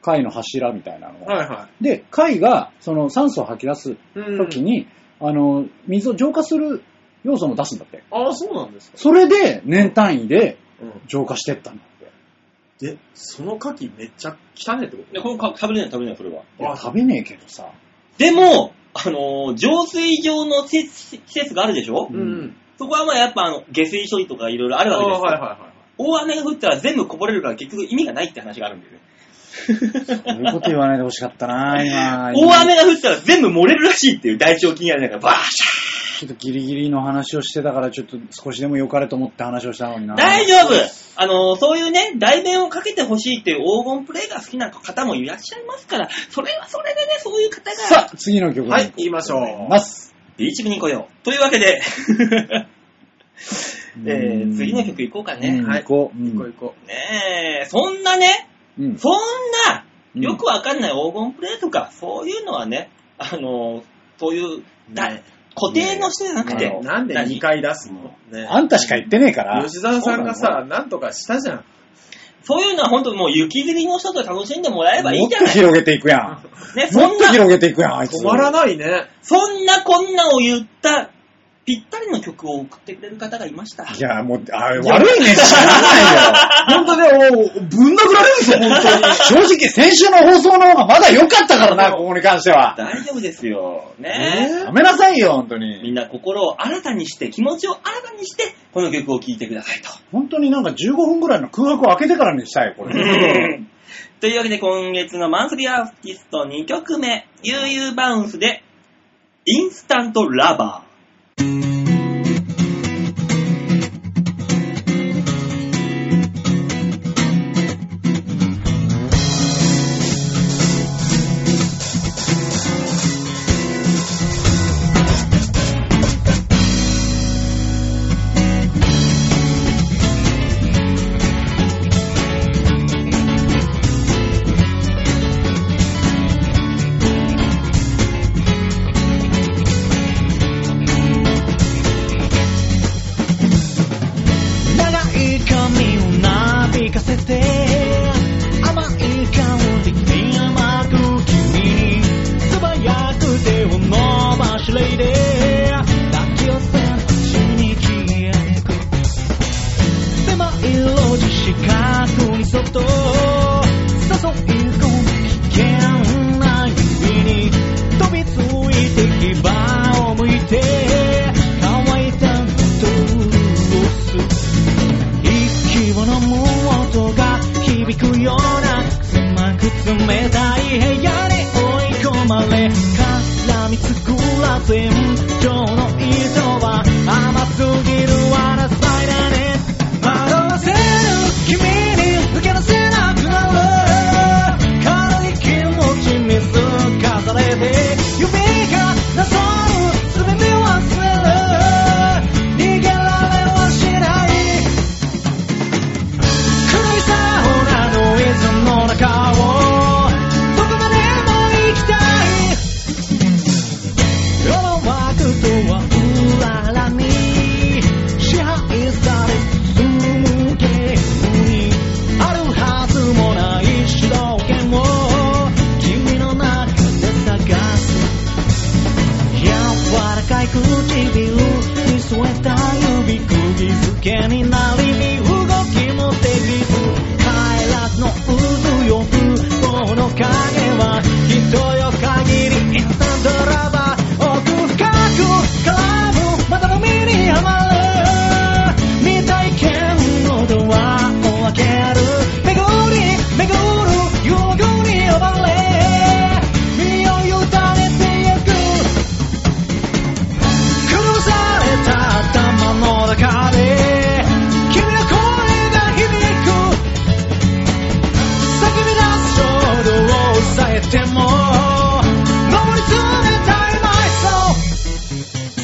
貝の柱みたいなのを。ん。はいはで、貝が、その酸素を吐き出すい。う時に、あの、水を浄化する要素も出すんだって。ああ、そうなんですか。それで、年単位でうん。浄化してったんだって。で、その牡蠣めっちゃ汚いってこねこれか食べれない食べれない、それは。いや食べねえけどさ。でも、あのー浄水場の施設施設があるでしょ、とうんうん。そこはまあやっぱあの下水処理とかいろいろああるわけですよ、はいはいはい。大雨が降ったら全部こぼれるから結局意味がないって話があるんだよね。そういうこと言わないでほしかったな、 今。大雨が降ったら全部漏れるらしいっていう大腸菌があるからバーシャちょっとギリギリの話をしてたから、ちょっと少しでも良かれと思って話をしたのにな。ー大丈夫あのーそういうね、代弁をかけてほしいっていう黄金プレイが好きな方もいらっしゃいますから、それはそれでね、そういう方がさあ、次の曲にはい、行きましょう。ます。ビーチ部に来よう。というわけ で、えー次の曲行こうかね。はい。行こう。う行こうん行こねえ、そんなね、うんそんな、うんよくわかんない黄金プレイとか、そういうのはね、あの、そういう、だね固定の人じゃなくて、ねう。なんで何2回出すのねあんたしか言ってねえから。吉沢さんがそうなさ、なんとかしたじゃん。そういうのは本当もう雪吊りの人と楽しんでもらえばのいよ、いもっじゃとない。広げていくやん。ね、そもっんとな、広げていくやん、あいつ。止まらないね。そんなこんなを言った、ぴったりの曲を送ってくれる方がいました。いや、もう、あ悪いね、知らほないよ。んとね、おうぶん殴られるぞ、ほんとに。 正直、先週の放送の方がまだ良かったからな、ここに関しては。大丈夫ですよ。ねえやめなさいよ、本当みに。んな心を新たにして、気持ちを新たにして、この曲を聴いてくださいと。本当になんか15分ぐらいの空白を開けてからにしたい、これ。 というわけで今月のマンスリーアーティスト2曲目、悠々バウンスで、インスタントラバ長い髪をなびかせて甘い香りに甘く君に素早く手を伸ばしレイで抱き寄せ地に消えてく狭い路地四角にそっと誘い込む危険な指に飛びついて牙を向いて乾いたドルを吸う息を飲む音が響くような狭く冷たい部屋に追い込まれ絡みつくら天井の糸は甘すぎるあなただね惑わせる君に抜け出せなくなる軽い気持ちにすかされて夢がなぞる全て忘れる唇に添えた指釘付けになり身動きもできず快楽の渦よ不幸の影は人よ限りインスタントラバー奥深く絡むまたの身にはまる未体験のドアを開ける巡り巡る誘惑に呼ばれ身を委ねてゆく「崩された頭の中で君の声が響く」「叫び出す衝動を抑えても」「登り詰めたいマイソー」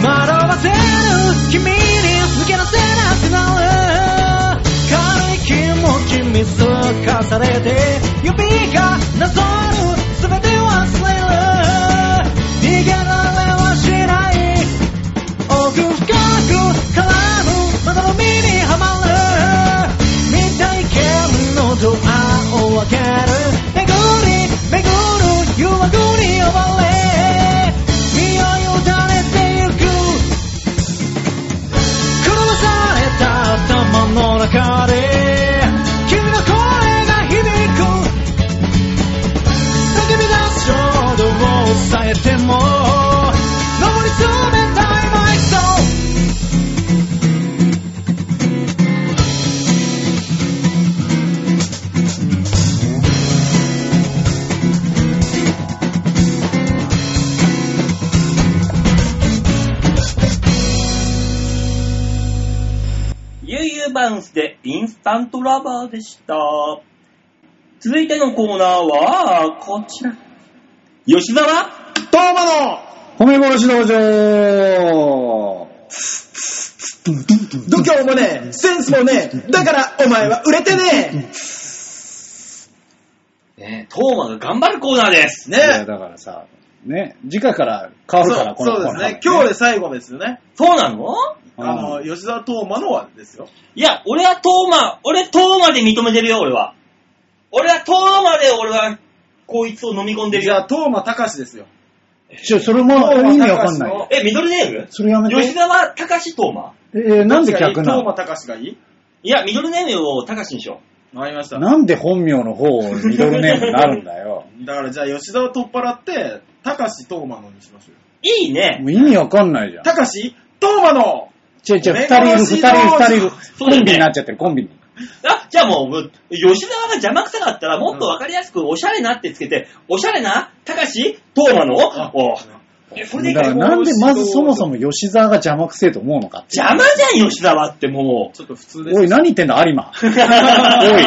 惑わせる君に抜け出せなくなる軽い気持ち見透かされて指がなぞる全てを忘れる逃げられはしない奥深く絡むまたの身にはまる未体験のドアを開ける巡り巡る誘惑に呼ばれ身を委ねてゆく狂わされた頭の中で君の声が響く叫び出す衝動を抑えても登り詰めたいマイソーゆうゆうバウンスでインスタントラバーでした。続いてのコーナーは、こちら。吉沢どうもの 褒め殺し道場度胸もねえ、センスもねえ、だからお前は売れてねねえ、トーマが頑張るコーナーです。えいやねだからさ、ね、次回から変えわるそから、うこのそうコでーすナーね。今日で最後ですよね。そうなのあの、吉沢東馬のはですよ。いや、俺はトーマ、俺トーマで認めてるよ、俺は。俺はトーマで俺は、こいつを飲み込んでるじゃよ。あ、東馬隆ですよ。ちょ、それも意味わかんないよ。え、ミドルネームそれやめ吉て。沢隆トーマえーなんで逆な東馬の隆がいいいや、ミドルネームを隆にしよわかりました。なんで本名の方をミドルネームになるん だよ。だからじゃあ、吉沢取っ払って、隆し東馬のにしましょうよ。う。いいね。もう意味わかんないじゃん。隆し東馬の違う違う、二め人いる、二殺人いしる、二人い道場。るそうコだよねンビになっちゃってる、コンビに。あ、じゃあもう、吉沢が邪魔くさかったら、もっとわかりやすく、おしゃれなってつけて、おしゃれな、たかし、トーマの、おえそれでいいだかかいらなんでまずそもそも吉沢が邪魔くせえと思うのかっていう。邪魔じゃん、吉沢ってもう。ちょっと普通です。おい、何言ってんだ、有馬。おい。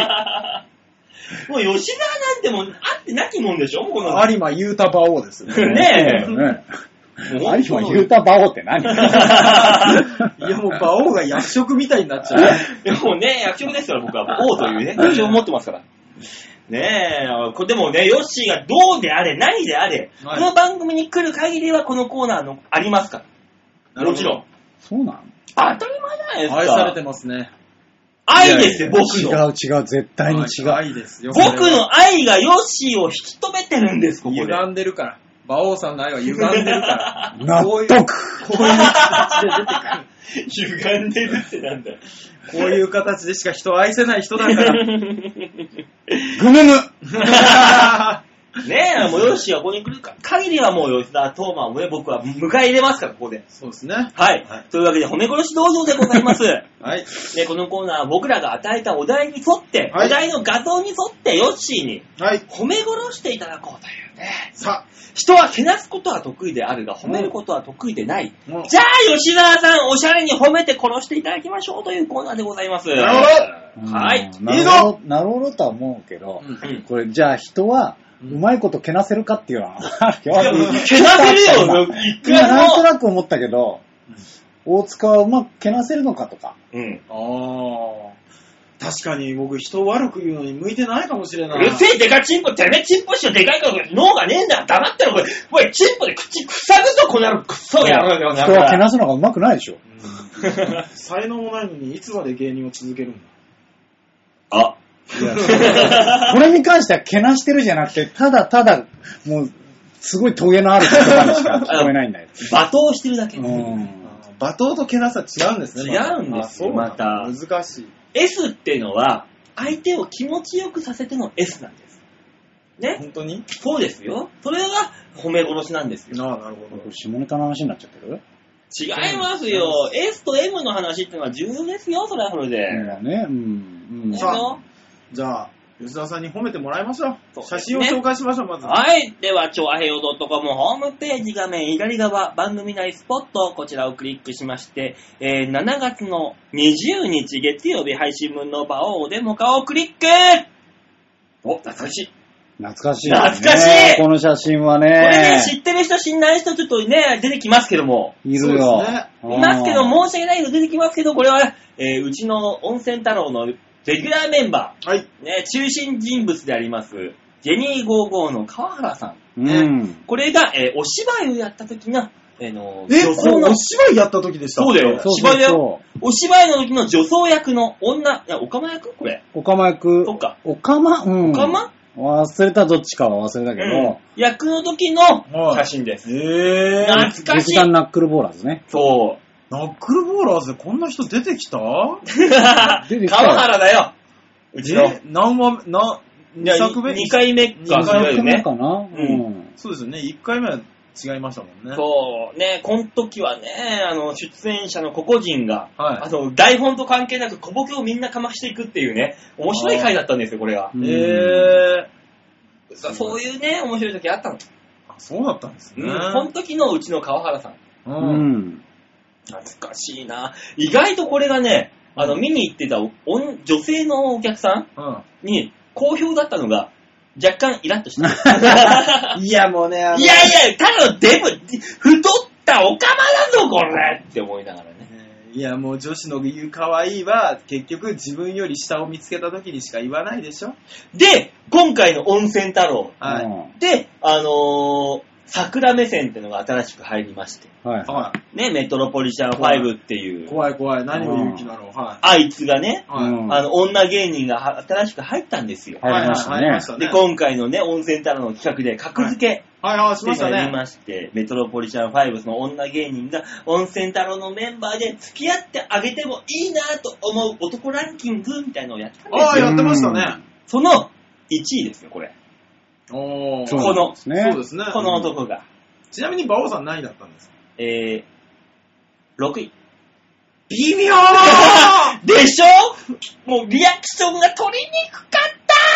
もう吉沢なんてもう、あってなきもんでしょもうこの。有馬雄太馬王ですよ ね。ねえ。ね有もう馬言うた馬王っ て何 いや、もう馬王が役職みたいになっちゃう。 でもね、役職ですから僕は、王というね、役職を持ってますから。ねえ、こでもね、ヨッシーがどうであれ、何であれ、はいこの番組に来る限りはこのコーナーのありますから。もちろん。そうなの当たり前じゃないですか。愛されてますね。愛ですよ、僕違の。う違う、絶対に違う。愛ですよ。僕の愛がヨッシーを引き止めてるんです、ここで。歪んでるから。馬王さんの愛は歪んでる から。納こういう得こういう形で出てくる。 歪んでるってなんだよ。こういう形でしか人を愛せない人だから。ぐむむ。 ねえ、もうヨッシーがここに来るか限りはもう吉田トーマンをね、僕は迎え入れますから、ここで。そうですね。はい。はいというわけで、褒め殺し道場でございます。はい。で、このコーナーは僕らが与えたお題に沿って、はいお題の画像に沿って、ヨッシーにはい。褒め殺していただこうというね。さ人はけなすことは得意であるが、褒めることは得意でない。あ、もう。じゃあ、吉沢さん、おしゃれに褒めて殺していただきましょうというコーナーでございます。なるうんはい。ないいるぞほど、なるほどとは思うけど、うんこれ、じゃあ人は、うまいことけなせるかってい うのは、あるよいやもうけなせるよ一今、回もなんとなく思ったけど、大塚はうまくけなせるのかとか。うん。ああ。確かに僕人を悪く言うのに向いてないかもしれなうい。るせえ、でかチンポ、てめえチンポしよう、でかいから、脳がねえんだ、黙ってろ、これ。おい、チンポで口塞ぐぞ、この野郎、くっそ野郎よ、この人は野け郎。なすのがうまくないでしょ。うん才能もないのにいつまで芸人を続けるんだ。あ、これに関してはけなしてるじゃなくて、ただただ、もう、すごいトゲのある言葉にしか聞こえないん だよ。罵倒してるだけ。うん。 罵倒とけなさ違うんですね。違うんですよまたあまそう難しい。 S ってのは、相手を気持ちよくさせての S なんです。ね本当にそうですよ。それが褒め殺しなんですよ。ああ、なるほこれ下ネタの話になっちゃってる違いますよ。S と M の話ってのは重要ですよ、それはそれで。うんね。うん。うんねさあじゃあ、吉田さんに褒めてもらいましょそうう。ですね写真を紹介しましょう、まず。はい。では、超平洋 .com ホームページ画面左側、番組内スポット、こちらをクリックしまして、えー7月の20日月曜日配信分の場をおデモ化をクリックお、懐かしい。懐かしいよね。懐かしいこの写真はね。これね、知ってる人、知んない人、ちょっとね、出てきますけども。いるそうよですね。いますけど、も申し訳ないけど出てきますけど、これは、えーうちの温泉太郎のレギュラーメンバはい。ー、ね、中心人物であります、ジェニー55の川原さん。うん。これが、えーお芝居をやった時の、えーの、え、女そ装う、のお、芝居やった時でした。そうだよそうそう芝居だそよお芝居の時の女装役の女、いや、おかま役これ。う。おかま役。そっか。おかまうん。おかま、忘れたどっちかは忘れたけど、役の時のはい写真です。ええー。懐かし劇い。団ナックルボーラーズね。そう。ナックルボーラーズでこんな人出てきた川出てきたよ原だよ。うちの。え、何話目、な、い2や作目二回目か、二回そうだ役よ目ね。かなうんそうですよね。1回目は違いましたもんね。 そう、ね、この時はね、あの、出演者の個々人が、はいあの、台本と関係なく小ボケをみんなかましていくっていうね、面白い回だったんですよ、これが。うんええー。そういうね、面白い時あったの。あそうだったんですね。うん、この時のうちの川原さん。う。うんん。懐かしいな。意外とこれがね、あの、見に行ってたお女女性のお客さうんんに好評だったのが、若干イラッと した。いや、もうね、あのいやいや、ただのデブ、太ったオカマだぞ、これって思いながらね。えーいや、もう女子の言う可愛いは、結局自分より下を見つけた時にしか言わないでしょ。で、今回の温泉太郎。はい。うんで、あのー桜目線ってのが新しく入りまして、はい。はね、メトロポリタン5っていい。う、怖い怖い。何を言う気だろう。はあいつがねい。、はい。うんあの、女芸人がは新しく入ったんですよ。入りましたねはいはい入りましたね。で、今回のね、温泉太郎の企画で格付けはいはい、ししてましたやりね。まして、メトロポリタン5の女芸人が温泉太郎のメンバーで付き合ってあげてもいいなぁと思う男ランキングみたいのをやったんであすあ、よ。やってましたね。その1位ですよ、これ。おーそうこの、ねそうですね。この男が。ちなみに、馬王さん何位だったんですかえー、6位。微妙 でしょもうリアクションが取りにくかっ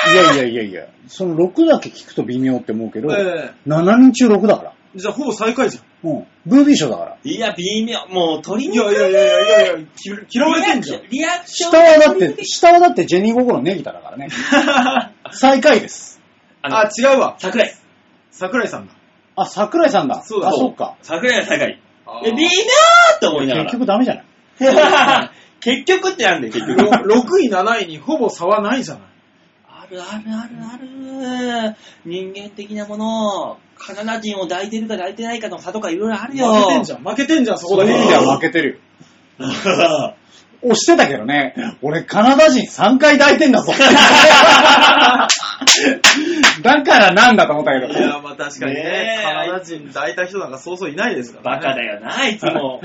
たいやいやいやいや、その6だけ聞くと微妙って思うけど、え7人中6だから。えじゃあ、ほぼ最下位じゃん。うん。ブービー賞だから。いや、微妙。もう取りいにくやい。いやいやいやいやいや、き嫌われてんじゃん。リアクション下はだっ取りにくて、い下はだってジェニーゴゴのネギタだからね。最下位です。あのあ、違うわ。桜井。桜井さんだ。あ、桜井さんだ。そうだあ、そうか。桜井は桜井。あでー微妙って思いなが結局ダメじゃないら。結局ってなんだよ、結局。 6位、7位にほぼ差はないじゃない。あるあるあるある。人間的なもの、カナダ人を抱いてるか抱いてないかの差とかいろいろあるよ。負けてんじゃん、負けてんじゃん、そこだけ。そういう意味では負けてるよ。押してたけどね、俺カナダ人3回抱いて んだぞ。だからなんだと思ったけいど。や、まあ確かにね、ねえカナダ人抱いた人なんかそうそういないですか ら、バカね。だよな、あいつも。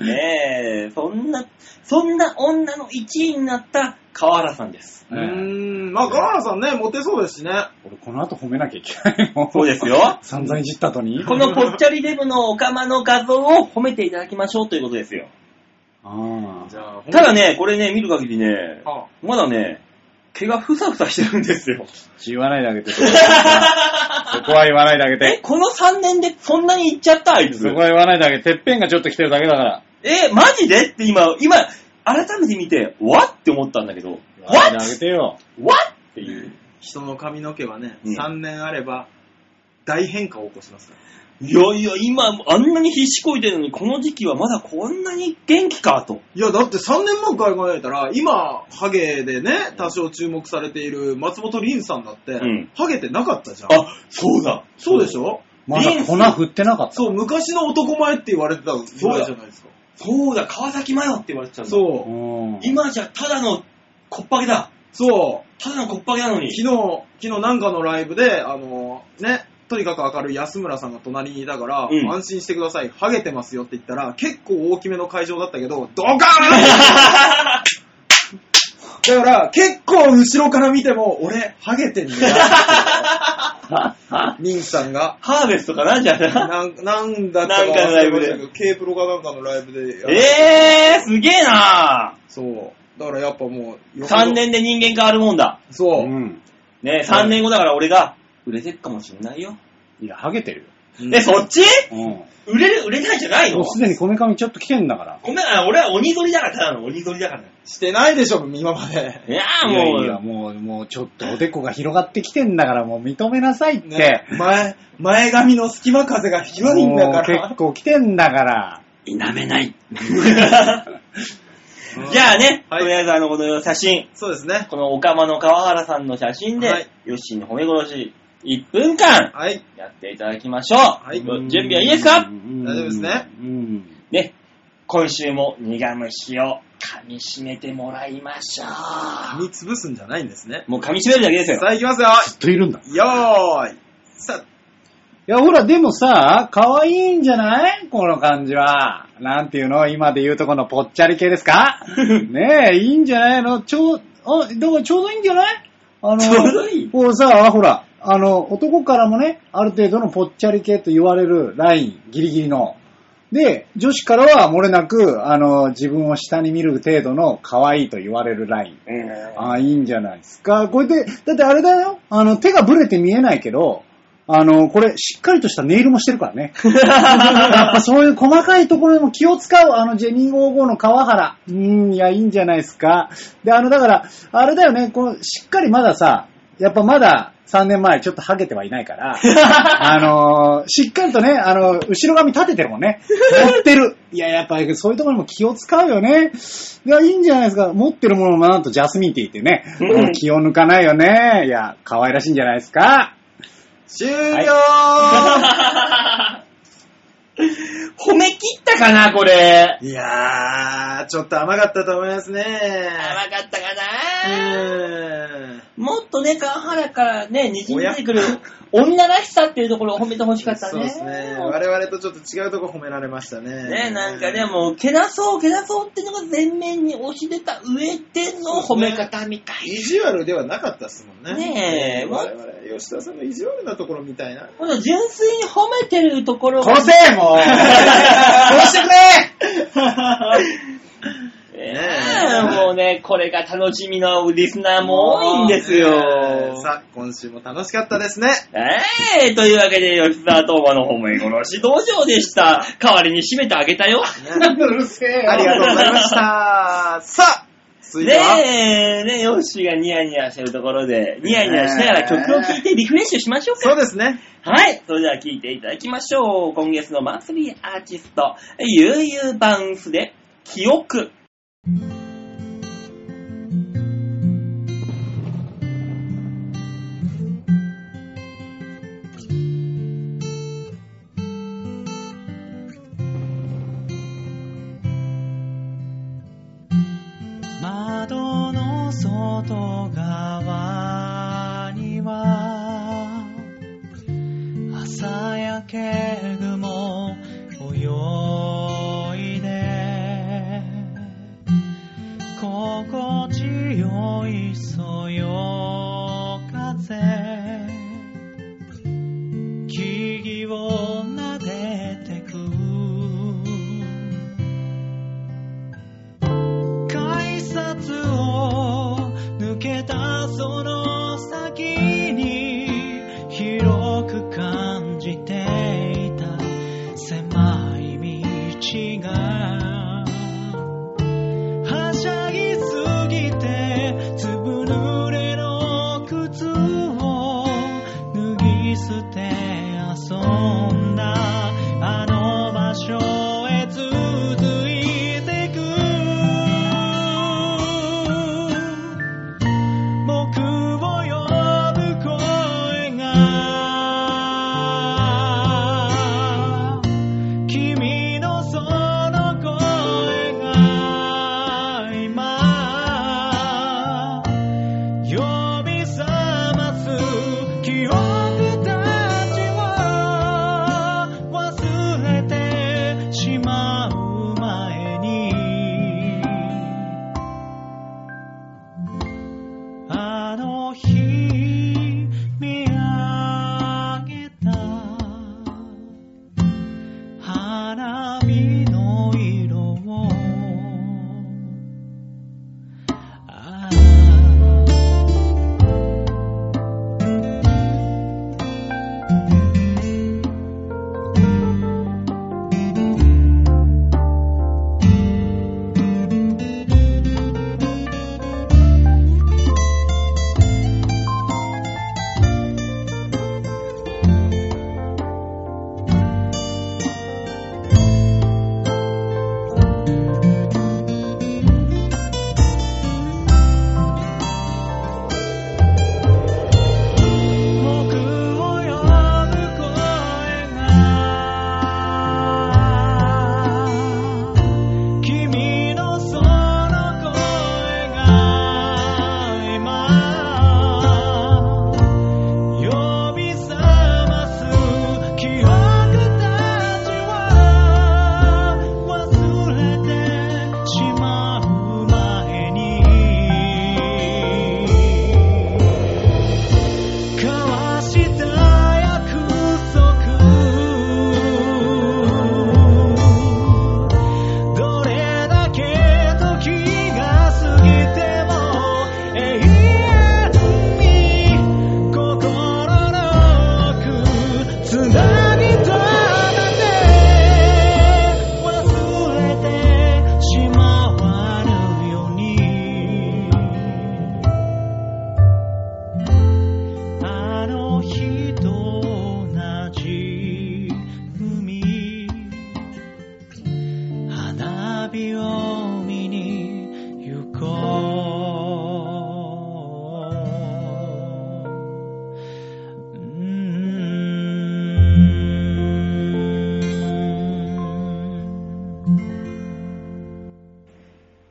うん。ねえ、そんな、そんな女の1位になった川原さんです。うーん、まあ、ガラさんね、モテそうですしね。俺この後褒めなきゃいけないの。そうですよ散々いじった後に。このぽっちゃりデブのオカマの画像を褒めていただきましょうということですよ。ああ。ゃあただ、ね、これね、見る限りね、はまだね、毛がふさふさしてるんですよ。言わないであげて。そこは言わないであげえ、て。この3年でそんなにいっちゃったあいつそ。こは言わないであげて。てっぺんがちょっと来てるだけだから。え、マジでって今、今、改めて見て、わって思ったんだけど、言わな What? いであげてよ。わってあいう。人の髪の毛はね、うん3年あれば、大変化を起こしますから。いやいや、今、あんなに必死こいてるのに、この時期はまだこんなに元気かと。いや、だって3年前から考えたら、今、ハゲでね、多少注目されている松本凛さんだって、んハゲてなかったじゃん。あ、そうだ。そうでしょまだ粉振ってなかった。そう、昔の男前って言われてたぐらいじゃないですか。そうだ、川崎麻世って言われてたんだ。そうう、ん。今じゃただのこっぱげだ。そう。ただのこっぱげなのに。昨日、昨日なんかのライブで、あのね、とにかく明るい安村さんが隣にいたから、うん安心してください、ハゲてますよって言ったら、結構大きめの会場だったけど、ドカーンだから、結構後ろから見ても、俺、ハゲてんね ミンさんが。 ハーベストかなじゃあな。なんなんだったかなんかのライブで忘れましたけど K プロかなんかのライブで。えー、すげえなそう。だからやっぱもう、 3。年で人間変わるもんだ。そうう。ん。ね3年後だから俺が、売れてるかもしんないよ。いや、ハゲてるよ。え、そっちうん。売れる、売れないじゃないものうすでにこめかみちょっと来てんだから。ごめん、あ俺は鬼取りだから、ただの鬼取りだから。いしてないでしょ、今まで。やーいもやう、いや、もう、もうちょっとおでこが広がってきてんだから、もう認めなさいって。ね、前、前髪の隙間風がひどいんだかもう結ら。構来てんだから。否め ない。じゃあね、はいとりあえずあの、この写真、そうですね。このオカマの川原さんの写真で、はいヨッシーの褒め殺し、1分間、はい。やっていただきましょう。はい準備はいいですかうん大丈夫ですね。うん。ね、今週も苦虫を噛み締めてもらいましょ見つぶすんじゃないんですね。う。もう噛み締めるだけですよさ。あ、いきますよ。ずっといるんだ。いよーい。さや、ほら、でもさ、可愛いんじゃないこの感じは。なんていうの今で言うとこのぽっちゃり系で すかねえ、いいんじゃないのちょう、あ、だからちょうどいいんじゃないあの、ちょうどいいこうさ、ほら、あの、男からもね、ある程度のぽっちゃり系と言われるライン、ギリギリの。で、女子からは漏れなく、あの、自分を下に見る程度の可愛いと言われるライン。ああ、いいんじゃないですか。これで、だってあれだよ。あの、手がブレて見えないけど、あの、これ、しっかりとしたネイルもしてるからね。 やっぱそういう細かいところにも気を使う、あの、ジェニー55の川原。うーん、いや、いいんじゃないですか。で、あの、だから、あれだよね、こう、しっかりまださ、やっぱまだ3年前ちょっとハゲてはいない から、あのーしっかりとね、あの後ろ髪立ててるもんね。持ってる。いや、やっぱりそういうところにも気を使うよね。いや、いいんじゃないですか。持ってるものもなんとジャスミンティーっていうね、うん気を抜かないよね。いや、可愛らしいんじゃないですあ、か。終了、褒め切ったかな、これ。い、やー、ちょっと甘かったと思いますね。甘かったかうなーん。もっとね、川原からね、滲んでくる女らしさっていうところを褒めてほしかったね。そうですね。我々とちょっと違うとこ褒められましたね。ね、なんかね、もう、けなそう、けなそうっていうのが前面に押し出た上での褒め方みた意い。地悪ではなかったですもんね。ねえ我々、吉田さんの意地悪なところみたいな。この純粋に褒めてるところが殺せもう殺してくれ ねねえもうね、これが楽しみのリスナーも多いんですねえよ。さあ、今週も楽しかったですね。ええというわけで、吉沢東馬の褒め殺し道場でした。代わりに締めてあげたよ。うるせえよありがとうございました。さあ、続いては、ねえ、ねヨッシーがニヤニヤしてるところで、ニヤニヤしながら曲を聴いてリフレッシュしましょうか。そうですね。はい。それでは聴いていただきましょう。今月のマンスリーアーティスト、ゆうゆうバウンスで、記憶。窓の外側には朝焼け雲泳いで心地よ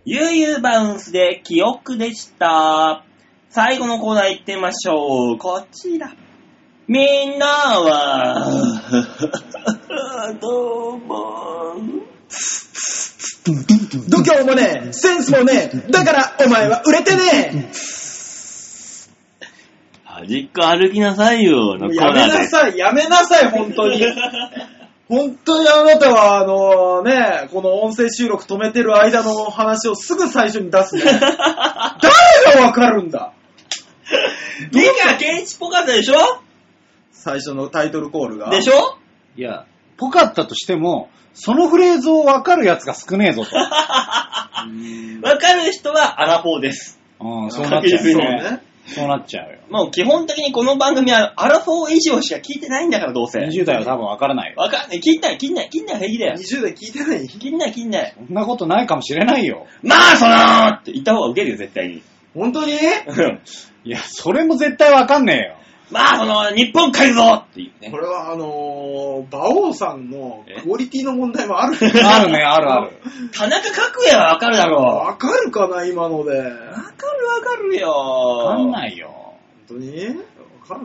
ゆうバウンスで記憶でした。最後のコーナー行ってみましょう。こちら。みんなは、 どうも。度胸もねえ、センスもねえ、だからお前は売れてね端っこ歩きなさいよ、えやめなさい、やめなさい、本当に。本当にあなたは、あのね、この音声収録止めてる間の話をすぐ最初に出 すね。誰がわかるんだリカケンチっぽかったでしょ最初のタイトルコールが。でしょいや、ぽかったとしても、そのフレーズをわかるやつが少ねえぞと。わかる人はアラフォーです。うん、そうなっ確ちゃう実によ。ね。そうなっちゃうよ。もう基本的にこの番組はアラフォー以上しか聞いてないんだから、どうせ。 20代は多分わからないよ。わかんない。切んない、切んない、切んない、平気だよ。 20代聞いてない切んない、切んない。そんなことないかもしれないよ。まあ、そのーって言った方がウケるよ、絶対に。 本当にうんいや、それも絶対わかんねまあ、その、日本帰るぞっていうねこ。れはあのー、馬王さんのクオリティの問 題もあるえよ。あるね、あるある。田中角栄はわかるだろわかるかな、今ので。う。わかるわかるよ。わかん い。ないよ。本当にわか る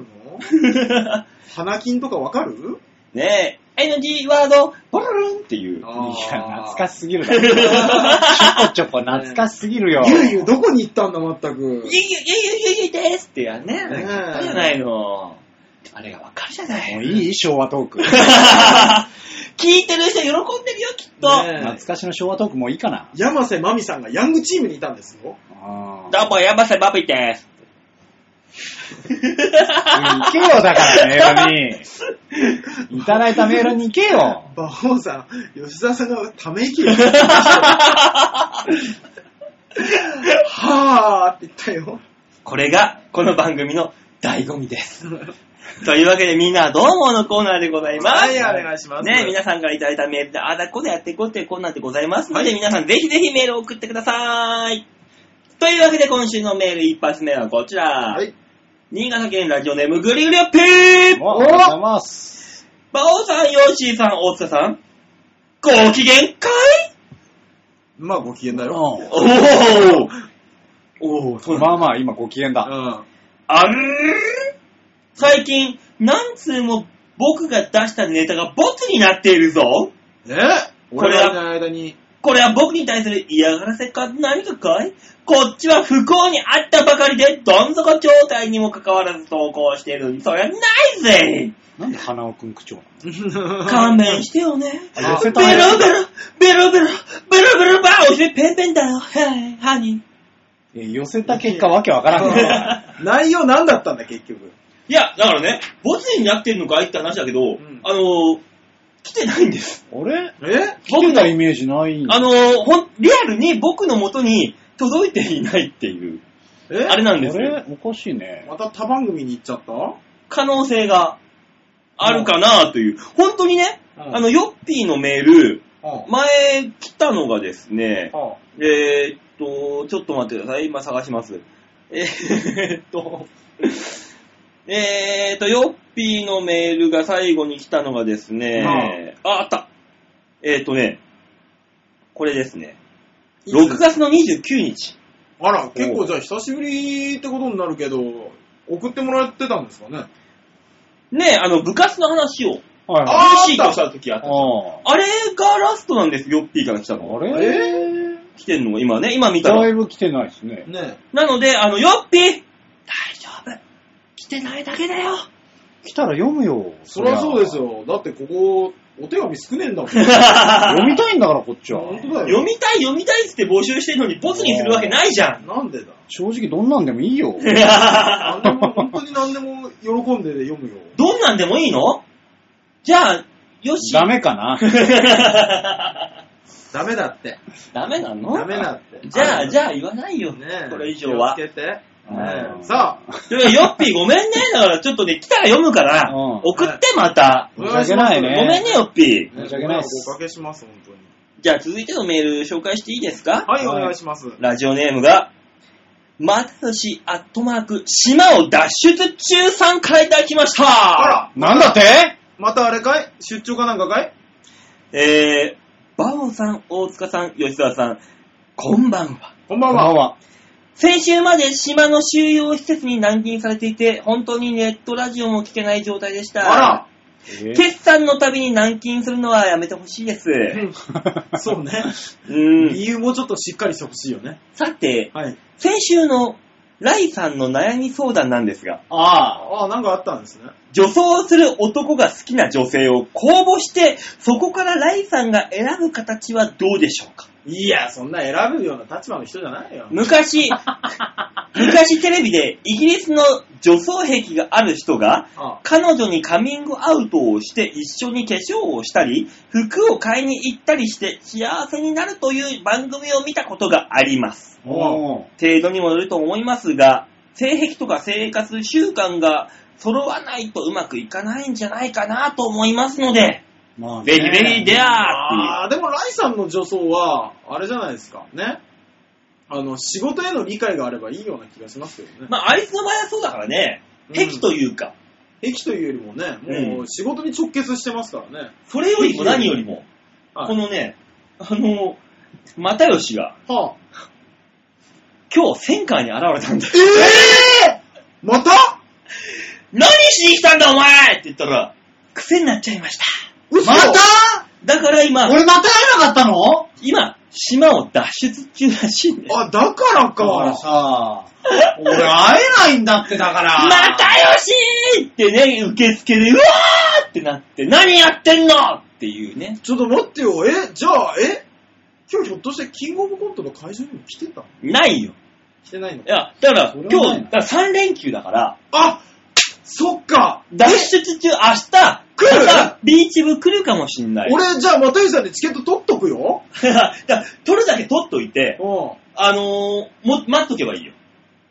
の花金とかわかるねえ、NG ワード、ボロロンっていう。いや、懐かしい。しすぎるだろ。ちょこちょこ懐かしすぎるよ。ゆうゆうどこに行ったんだ、まったくい。やいやいやいやいやですってやんね。ねえあれじゃないの。あれがわかるじゃない。もういい昭和ト ーク。聞いてる人喜んでるよ、きっと。ね懐かしの昭和トークもういいかな。山瀬まみさんがヤングチームにいたんですよ。あどうも、ヤバセバビです。あ。行けよ、だからメールに。いただいたメールに行けよ。馬王さん、吉沢さんがため 息を。はぁーって言ったよ。これが、この番組の醍醐味 です。というわけで、みんなはどうものコーナーでございます。はい、お願いします。ね皆さんからいただいたメールで、ああだこうだやっていこうというコーナーでございますので、皆さんぜひぜひメールを送ってください。というわけで、今週のメール一発目はこちら。はい。新潟県ラジオネームグリグリオッピーおありがとうございます。バオさん、ヨッシーさん、大塚さん、ご機嫌かいまあ、ご機嫌だよ。うおおおおそうんまあまあ、今ご機嫌だ。ん。あんー最近、何通も僕が出したネタがボツになっているぞ。ねこれ俺はらの間 に。これは僕に対する嫌がらせか何かかいこっちは不幸にあったばかりで、どん底状態にもかかわらず投稿しているのに、そりゃないぜなんで花尾くん口調なの勘弁してよね。ベあロ痩せベたロ、ねベロベロ、ベロベロバーおしめペンペンだよ。はい、ハニー。え寄せた結果わけわからんね。内容何だったんだ、結局。いや、だからね、ボツになってんのかいって話だけど、んあのー、来てないんです。あれえ来てたイメージないあのー、ほん、リアルに僕の元に届いていないっていう、えあれなんですあよ。れおかしいね。また他番組に行っちゃった可能性があるかなという。本当にね、うんあの、ヨッピーのメール、うん。前来たのがですね、あえーっと、ちょっと待ってください。今探します。えーっと、えーっと、ヨッピーのメールが最後に来たのがですね、あ、あった。えーっとね、これですね。6月の29日。あら、結構じゃあ久しぶりってことになるけど、送ってもらってたんですかねね、あの、部活の話を、はいはい。あー MC とした時あった。ああれがラストなんです、ヨッピーから来たあの。れ来てんのが今ね、今見ただら。いぶ来てないですね。ねなので、あの、ヨッピー大丈夫来てないだけだよ来たら読むよ。そりゃそうですよ。よ。だってここ、お手紙少ね えんだもん。読みたいんだから、こっちは。本当だ読よ。みたい読みたいっつって募集してるのにボツにするわけないじゃん。 なんでだ正直どんなんでもいい よ。何でも、本当に何でも喜んで読むよ。どんなんでもいいのじゃあ、よし。ダメかな。ダメだって。 ダメなのダメだって。じゃあ、じゃゃあ言わないよね。ねえこれ以上は気をつけて。ねうえんさあ、というわけでヨッピーごめんね。だからちょっとね、来たら読むから、うん送ってまた。お願いし申し訳まなすいねごめんね、ヨッピー。申し訳ないですご迷惑おかけします、本当に。じゃあ続いてのメール紹介していいですかはい、おはい願いします。ラジオネームが、またとしアットマーク、島を脱出中さんからいただきました。あら、なんだってまたあれかい出張かなんかかいえー、バオさん、大塚さん、吉沢さん、こんばんは。こんばこんんばは。んは。先週まで島の収容施設に軟禁されていて、本当にネットラジオも聞けない状態でした。あら、決算のたびに軟禁するのはやめてほしいです。うんそうね。うん。 理由もちょっとしっかりしてほしいよね。さて、はい。先週のライさんの悩み相談なんですが、ああ、なんかあったんですね。女装する男が好きな女性を公募して、そこからライさんが選ぶ形はどうでしょうかいや、そんな選ぶような立場の人じゃないよ。昔、昔テレビでイギリスの女装癖がある人が、あ彼女にカミングアウトをして一緒に化粧をしたり、服を買いに行ったりして幸せになるという番組を見たことがあります。おお程度にもよると思いますが、性癖とか生活習慣が揃わないとうまくいかないんじゃないかなと思いますので、まあねベリベリデアーっあー、でもライさんの女装は、あれじゃないですか。ね。あの、仕事への理解があればいいような気がしますけどていねう。。まあ、あいつの場合はそうだからね、癖というか、駅というよりもね、もう仕事に直結してますからね。それよりも何よりも、はいこのね、あの、又吉がはあ、今日戦艦に現れたんだよ。ええまた何しに来たんだお前って言ったら、癖になっちゃいました。嘘まただから今、俺また会えなかったの今、島を脱出中らしいんだよ。あ、だからだからか。さ、俺会えないんだってだから。 またよしーってね、受付で、うわーってなって、何やってんのっていうね。ちょっと待ってよ。え、じゃあ、え今日ひょっとしてキングオブコントの会場にも来てたのないよ。来てないのいや、だからそれは今ない日、だから3連休だから、あそっか脱出中、明日、来るまたビーチ部来るかもしんない。俺、じゃあ、又吉さんでチケット取っとくよ。 だから取るだけ取っといて、うん。あのー、も、待っとけばいいよ。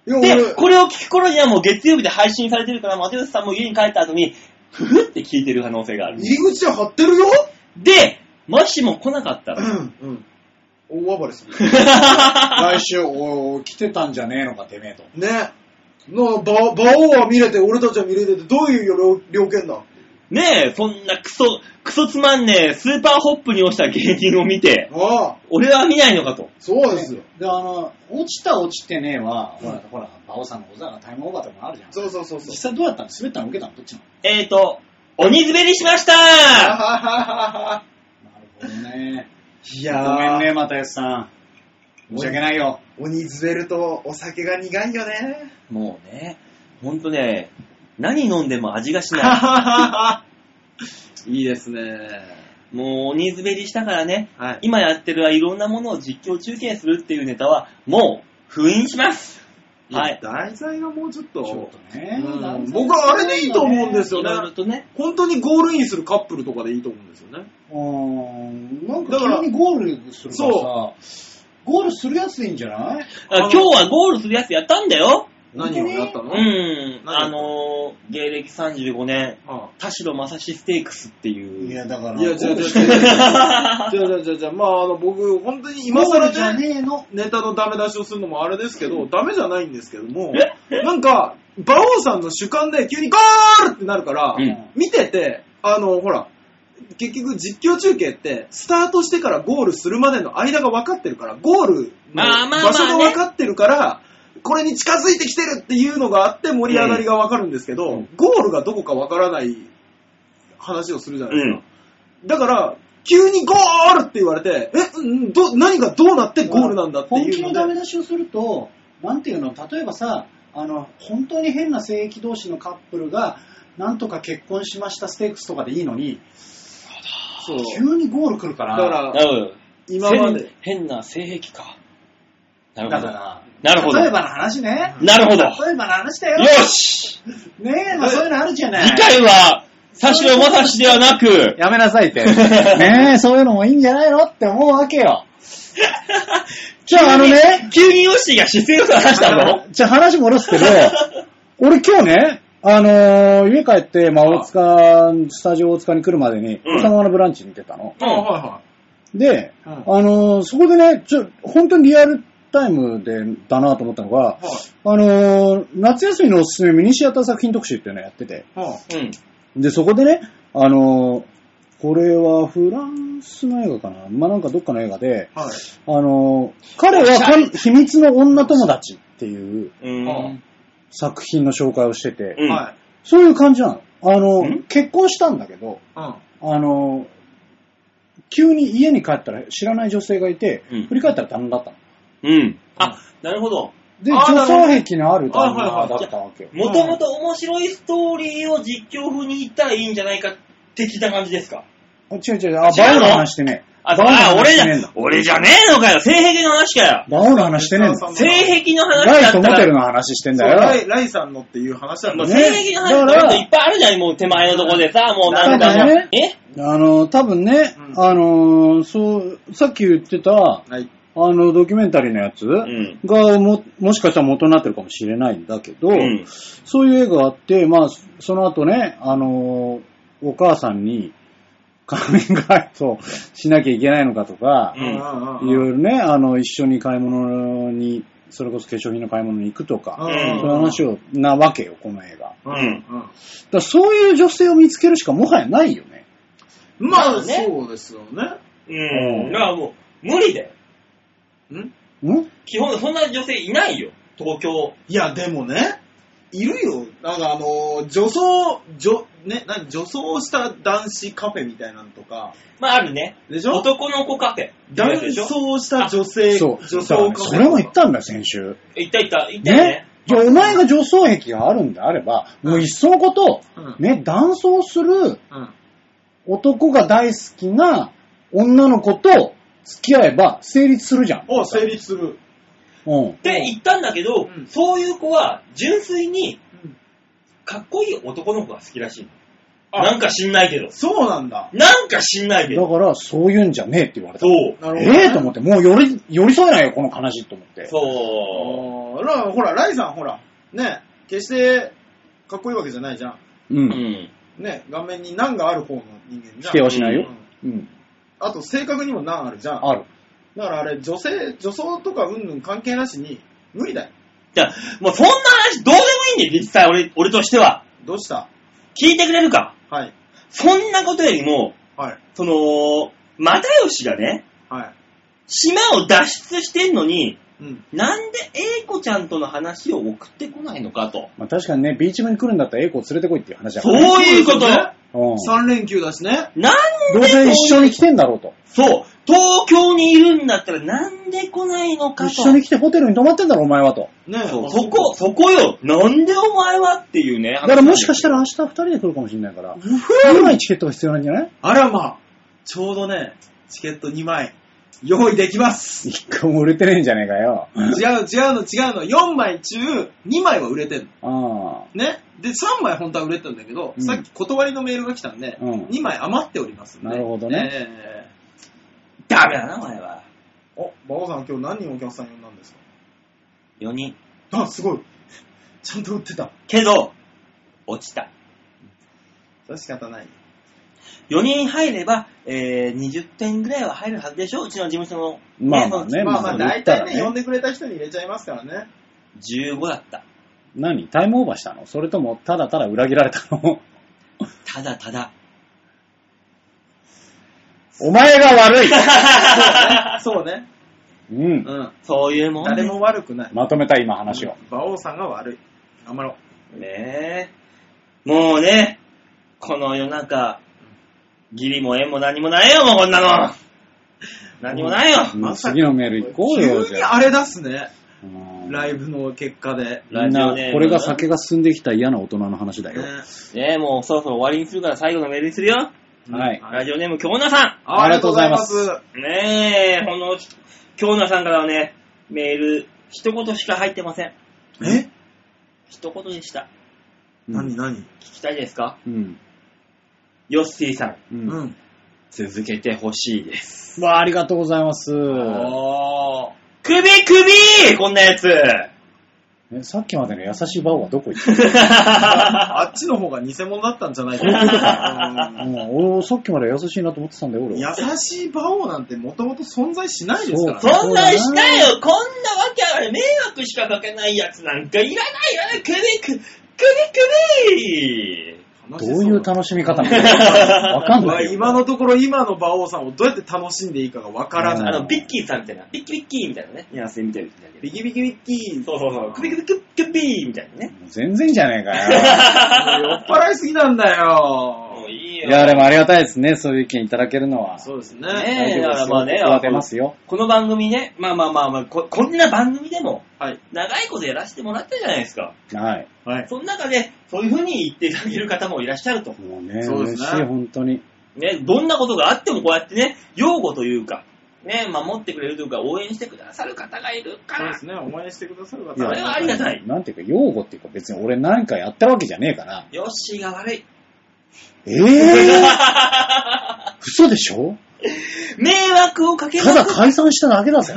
いや、で、俺、これを聞く頃にはもう月曜日で配信されてるから、又吉さんも家に帰った後に、ふふって聞いてる可能性がある入。り口で貼ってるよで、もしも来なかったう ら、ん。うん。大暴れする。来週、お来てたんじゃねえのか、てめえと。ね。の、ば、馬王は見れて、俺たちは見れてて、どういう料件だねえ、そんなクソ、クソつまんねえ、スーパーホップに落ちた芸人を見て、ああ、俺は見ないのかと。そうですよ。で、あの、落ちた落ちてねえは、うんほら、ほら、馬王さんの小沢がタイムオーバーとかもあるじゃん。そうそうそう実そう。際どうやったの滑ったの受けたのどっちなのえーと、鬼滑りしましあたはははは。なるほどね。 いごめんね、ね。又吉さん。申し訳ないよ。鬼ズベルとお酒が苦いよね。もうね、ほんとね、何飲んでも味がし ない。い いですね。もう鬼滑りしたからね、はい。今やってるいろんなものを実況中継するっていうネタは、もう封印します。はい。題材がもうちょっちょとっ。とねうん。なんか僕はあれでいいと思うんですよいろいろとね。本当にゴールインするカップルとかでいいと思うんですよね。うーん。なんだからか急にゴールするからさ、ゴールするやつでいいんじゃないあ今日はゴールするやつやったんだよ。何をやったうのん。何あのー、芸歴35年、あ田代正史ステークスっていう。いや、だから。あいや、違うゴール違うして違う。じゃあじゃあじゃあじゃあ、まあ、あの、僕、本当に今ゴール更じゃね、ねえの。ネタのダメ出しをするのもあれですけど、ダメじゃないんですけども、なんか、馬王さんの主観で急にゴールってなるか ら、うん見てて、あの、ほら、結局実況中継って、スタートしてからゴールするまでの間が分かってるから、ゴールのまあまあまあね場所が分かってるから、これに近づいてきてるっていうのがあって盛り上がりが分かるんですけど、うんゴールがどこか分からない話をするじゃないですか。うん。だから、急にゴールって言われて、え、うんど、何がどうなってゴールなんだって本い気うののダメで。出しをすると、なんていうの、例えばさ、あの、本当に変な性域同士のカップルが、なんとか結婚しましたステークスとかでいいのに、そう。急にゴール来るかだら、から、なるほど今まで変。変な性癖か。なるだほかど。らなるほど例えばの話ね。なるほど。例えばの話だよ。よしねえ、まあそういうのあるじゃない。次回は、田代正史ではなく、やめなさいって。 ねえ、そういうのもいいんじゃないのって思うわけよ。じゃああのね、急にヨッシーが姿勢を正したのじゃあ話戻すけど、俺今日ね、あのー家帰って、まあ、大塚、スタジオ大塚に来るまでに、うん王様のブランチに出たの。あはいはで、うんあのーそこでね、ちょ、本当にリアルタイムで、だなと思ったのが、い。はいあのー夏休みのおすすめミニシアター作品特集っていうのをやってて、はうん。で、そこでね、あのーこれはフランスの映画かなまあ、なんかどっかの映画で、はい。あの、彼はかん秘密の女友達っていううん。うん作品の紹介をしてて、うんはい。そういう感じなの。あのん、結婚したんだけど、うん。あの、急に家に帰ったら知らない女性がいて、うん振り返ったら旦那だったの。うん。あ、なるほど。で、あー女装癖のある旦なる那ほどだったわけよ。もともと面白いストーリーを実況風に言ったらいいんじゃないか的な感じですかあ違う違う、あ、バオの話してねえ。あ、バオのあ話俺しじてねえんゃだ、。俺じゃねえのかよ。性癖の話かよ。バオの話してねえんだ。性癖の話ラだイったとモテら、ルの話してんそうだラよ。イライさんのっていう話だももうんねね。性癖の話だからだっていっぱいあるじゃん、もう手前のとこでさ、もうなんだからかね、えあの、多分ね、うんあの、そう、さっき言ってた、はい。あの、ドキュメンタリーのやつんがも、もしかしたら元になってるかもしれないんだけど、うん。そういう映画があって、まあ、その後ね、あのーお母さんにカミングアウトしなきゃいけないのかとかううんんうんうん。いろいろね、あの、一緒に買い物に、それこそ化粧品の買い物に行くとか、うんそういう話を、なわけよ、この映画。だかうんうん。らそういう女性を見つけるしかもはやないよね。ままああ、ねそうですよね。う。うんんだからもう、無理だよ。んん基本、そんな女性いないよ。東京。いや、でもね、いるよ。なんかあのー、女装、女、ね、何、女装した男子カフェみたいなのとか、まああるね。でしょ男の子カフェ。男でしょ装した女性、女そう。だか装らねカフェ。それも言ったんだよ、先週。行った行った、行ったよねね。。じゃあ、お前が女装癖があるんであれば、もういっそのこと、うんね、男装するうん。男が大好きな女の子と付き合えば成立するじゃん。お、成立する。うんっ。て言ったんだけど、うんそういう子は純粋にかっこいい男の子が好きらしいの。あなんか知んないけど。そうなんだ。なんか知んないけだど。から、そういうんじゃねえって言われた。そう。なるほど、ええと思って、もうより寄り添えないよ、この話と思って。そあーらほら、ライさん、ほら、ね、決して、かっこいいわけじゃないじゃん。う。う。うんん。ね、顔面に難がある方の人間じゃん。否定はしないよう。んうん。あと、性格にも難あるじゃん。ある。だからあれ、女性、女装とかうんぬん関係なしに、無理だよ。じゃあもうそんな話どうでもいいんだよ、実際俺、俺としては。どうした聞いてくれるかはい。そんなことよりも、はい。その、又吉がね、はい。島を脱出してんのに、うん。なんで英子ちゃんとの話を送ってこないのかと。まあ確かにね、ビーチ部に来るんだったら A 子を連れてこいっていう話だかそうら。いうこと。うん。 3連休だしね。なんどうでそうせいう一緒に来てんだろうと。そう。東京にいるんだったらなんで来ないのかと。一緒に来てホテルに泊まってんだろ、お前はと。ねそうそこ、そこよ。なんでお前はっていうね。だからもしかしたら明日二人で来るかもしれないから、2枚チケットが必要なんじゃないあらまあ、ちょうどね、チケット2枚、用意できます。一個も売れてねえんじゃねえかよ。違う、違うの、違うの。4枚中、2枚は売れてんの。ああ。ね。で、3枚本当は売れてんだけど、うんさっき断りのメールが来たんで、うん2枚余っておりますんで。なるほどねえダメだな、お前は。えお、馬王さん今日何人お客さん呼んだんです4人。かあ、すごい。 ちゃんと売ってた。けど、落ちた。それは仕方ない。 4人入れば、えー、20点ぐらいは入るはずでしょうちの事務所の。まあまあねまあまあ、まあ大体言ったらねね、呼んでくれた人に入れちゃいますからね。 15だった。何タイムオーバーしたのそれともただただ裏切られたのただた だ。お前が悪いそうね。う。うんん。そういうもん、ね。誰も悪くない。まとめた今話を。馬王さんが悪い。頑張ろねえ。もうね、この世の中、義理も縁も何もないよ、もうこんなの。何もないよ。うん次のメール行こう。うよ、急じにゃあ。あれ出すね。うんライブの結果で。みんな、これが酒が進んできた嫌な大人の話だよ。ねねえ、もうそろそろ終わりにするから最後のメールにするよ。はいラジオネーム、京奈さありがとうございますありがとうございん。ねえ、この、京奈さんからはね、メール、一言しか入ってません。ます。え一言でした。何 何聞きたいですかうん。ヨッシーさん。うん。ううんん。続けてほしいです。わあ、ありがとうございます。ああ。首首こんなやつえさっきまでの優しいバオはどこ行ったあっちの方が偽物だったんじゃない か。うん俺、さっきまで優しいなと思ってたんだよ、うん俺。優しい馬王なんてもともと存在しないですからそうね。そんなんしたよこんなわけある迷惑しかかけないやつなんかいらないいらない首首首しどそうういう楽しみ方なのわかんうなわいよ。今のところ今の馬王さんをどうやって楽しんでいいかがわからうんあない。の、ビッキーさんみたいな、ビッキービッキーみたいなね、ニュアンスで見てるみたいビキビキビキな。そうそうそう、クビクビクビクビーみたいなね。全然じゃねえか酔っ払いすぎなんだよ。いいよ。いや、でもありがたいですね、そういう意見いただけるのは。そうですね。ねえ、だからまあね、育てますよ。この番組ね、まあまあまあまあ、ここんな番組でも、はい。長いことやらせてもらったじゃないですか。はい。はい。その中で、そういう風に言っていただける方もいらっしゃると。もうね、そうです嬉ねしい、本当に。ね、どんなことがあってもこうやってね、擁護というか、ね、守ってくれるというか、応援してくださる方がいるかそうでら、すね。応援してくださる方。いやそれはありがたい。なんていうか、擁護っていうか、別に俺何かやったわけじゃねえから。ヨッシーが悪い。えぇ、ー、嘘でしょ 迷惑をかけまただ す。解散しただけだぜ。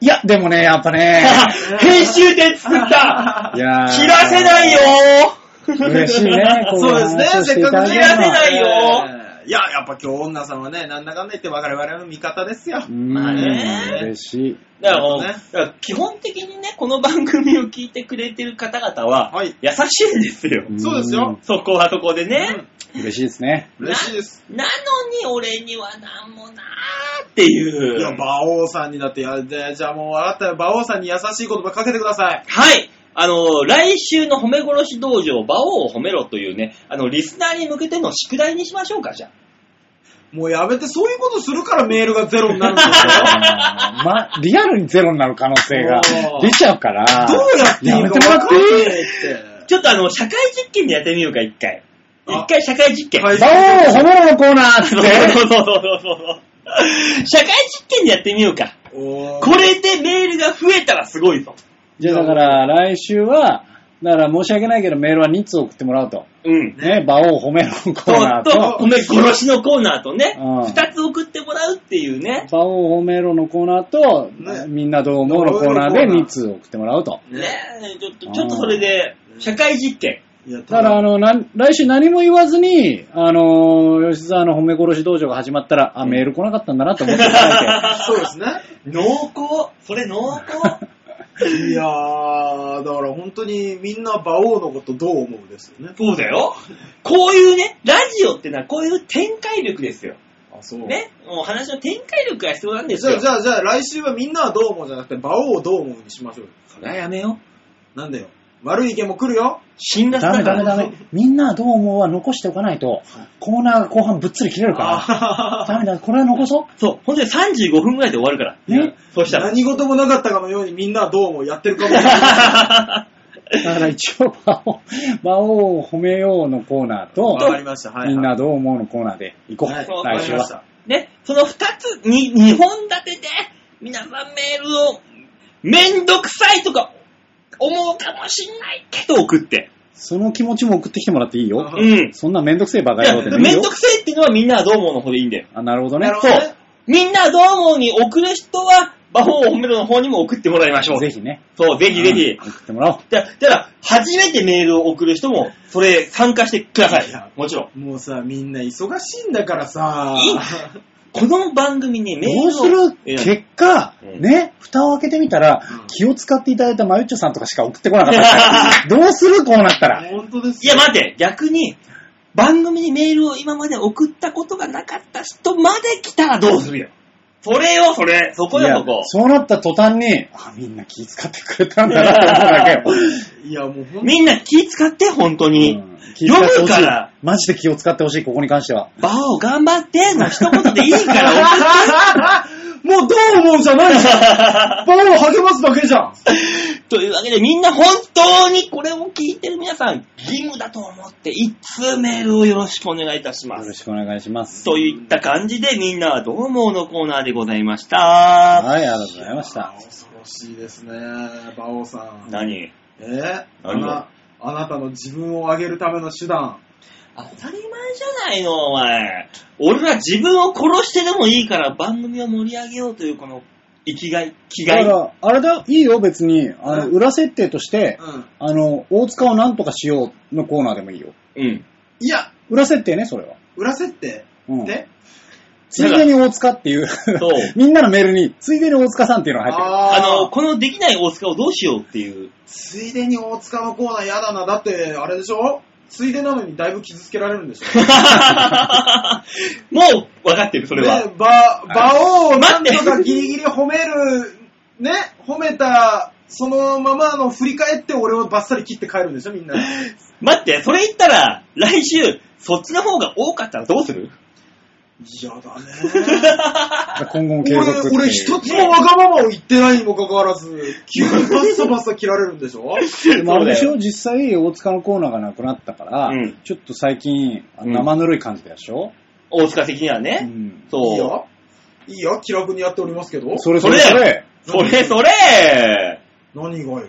いや、でもね、やっ ぱね、編集点作 ったいやー切らせないよ嬉し いね、こそういですね話を。しせてっいたかだくけ切るらのせはないよえーいや、やっぱ今日女さんはね、なんだかんだ言って我々の味方ですよ。うんまあね嬉しい。だからもう、ねだから基本的にね、この番組を聞いてくれてる方々は、はい。優しいんですよ。んそうですよ。そこはそこでね。嬉しいですね。嬉しいです。なのに俺にはなんもなーってい。いうや、馬王さんにだってや、でじゃあもうあなた、馬王さんに優しい言葉かけてください。はい。あの、来週の褒め殺し道場、馬王を褒めろというね、あの、リスナーに向けての宿題にしましょうか、じゃあ。もうやめて、そういうことするからメールがゼロになる んでま、リアルにゼロになる可能性がおー出ちゃうから、すよ。どうやっていいやめかてもら分っかてんいないいって。ちょっとあの、社会実験でやってみようか、一回。あ一回社会実験。 はいさあ、褒めろのコーナーっつそうって。そうそうそうそう。社会実験でやってみようか。おーこれでメールが増えたらすごいぞ。じゃあだから、来週は、だから申し訳ないけどメールは2通送ってもらうと。うん。ね、馬王褒めろのコーナーと、と、褒め殺しのコーナーとね、うん二つ送ってもらうっていうね。馬王褒めろのコーナーと、ねみんなどう思うのコどうーナーで思うのコーナー2通送ってもらうと。ねえ、ちょっうと、んちょっとそれで、社会実験。いや、だから、あの、なん来週何も言わずに、あのー、吉沢の褒め殺し道場が始まったら、あ、メール来なかったんだなと思ってもらそうですね。濃厚それ濃厚いやー、だから本当にみんな馬王のことどう思うですよね。そうだよ。こういうね、ラジオってのはこういう展開力ですよ。あ、そう。ね。もう話の展開力が必要なんですじゃよ。あ、じゃあ、じゃあ来週はみんなはどう思うじゃなくて、馬王をどう思うにしましょうよ。それはやめよう。なんだよ。悪い意見も来るよ。辛 辣ダメだかダらメダメ。みんなどう思うは残しておかないと、コーナーが後半ぶっつり切れるから。ダメだ、これは残そそう、本当に35分ぐらいで終わるから。う。ね。そうしたら。何事もなかったかのようにみんなはどう思うやってるかも。だから一応、 魔王、魔王を褒めようのコーナーと、わかりました。はい、はい。みんなどう思うのコーナーで行こう。はい、そうわ来かり週まはし。た。ね、その二つ、に、二本立てで、皆さんメールを、めんどくさいとか、思うかもしんないけど送って。その気持ちも送ってきてもらっていいよあ。うん。そんなめんどくせえバカいや、野郎でもいいめんよど。くせえっていうのはみんなはどう思うの方でいいんだよ。あ、なるほどねなる。ほどね。みんなどう思うに送る人は、魔法を褒めるの方にも送ってもらいましょう。ぜひね。そう、ぜひぜひ。うん送ってもらおう。じゃあ、じゃあ、初めてメールを送る人も、それ参加してくださいやい。もちろん。もうさ、みんな忙しいんだからさ。いいんだこの番組にメールを。どうするえー結果、うんね、蓋を開けてみたら、うん気を使っていただいたマユッチョさんとかしか送ってこなかったから。どうするこうなったら。本当ですいや、待って、逆に、番組にメールを今まで送ったことがなかった人まで来たらどうするよ。それよ、それ。そこいやよ、そこ。そうなった途端に、あ、みんな気使ってくれたんだなって思うだいや、もう本当に。みんな気使って、本当けに。よ。うん気遣っ読てほむしいからマジで気を使ってほしい、ここに関しては。バオ頑張っての一言でいい から、もうどう思うじゃないじゃん。馬王を励ますだけじゃん。というわけでみんな本当にこれを聞いてる皆さん、義務だと思って、一通メールをよろしくお願いいたしまよろす。しくお願いします。といった感じでみんなはどう思うのコーナーでございました。はい、ありがとうございました。恐ろしいですね、馬王さん。何えー、あ何ながあなたの自分を上げるための手段。当たり前じゃないの、お前。俺ら自分を殺してでもいいから番組を盛り上げようというこの生きがい、気だか概。ら、あれだ、いいよ、別に。あの、うん裏設定として、うん。あの、大塚をなんとかしようのコーナーでもいいよ。うん。いや、裏設定ね、それは。裏設定。うん。ね。ついでに大塚っていう、う みんなのメールに、ついでに大塚さんっていうのが入ってああの、このできない大塚をどうしようっていう。 ついでに大塚のコーナーやだな。だって、あれでしょついでなのにだいぶ傷つけられるんでしょ。もう分かってる、それは。ね、ば、場をなん待とってかギリギリ褒める、ね、褒めた、そのままあの振り返って俺をバッサリ切って帰るんでしょ、みんな。待って、それ言ったら、来週、そっちの方が多かったらどうする嫌だね。今後も継俺続っていう、俺一つもわがままを言ってないにもかかわらず、急にバッサバッサ切られるんでしょでもあれでしそうだょ実際、大塚のコーナーがなくなったから、うんちょっと最近、生ぬるい感じだでしょ、大塚的にはうね。ん、いいそう。よ。いいよ、気楽にやっておりますけど。それそれそそれだれ。それそれ何がよ。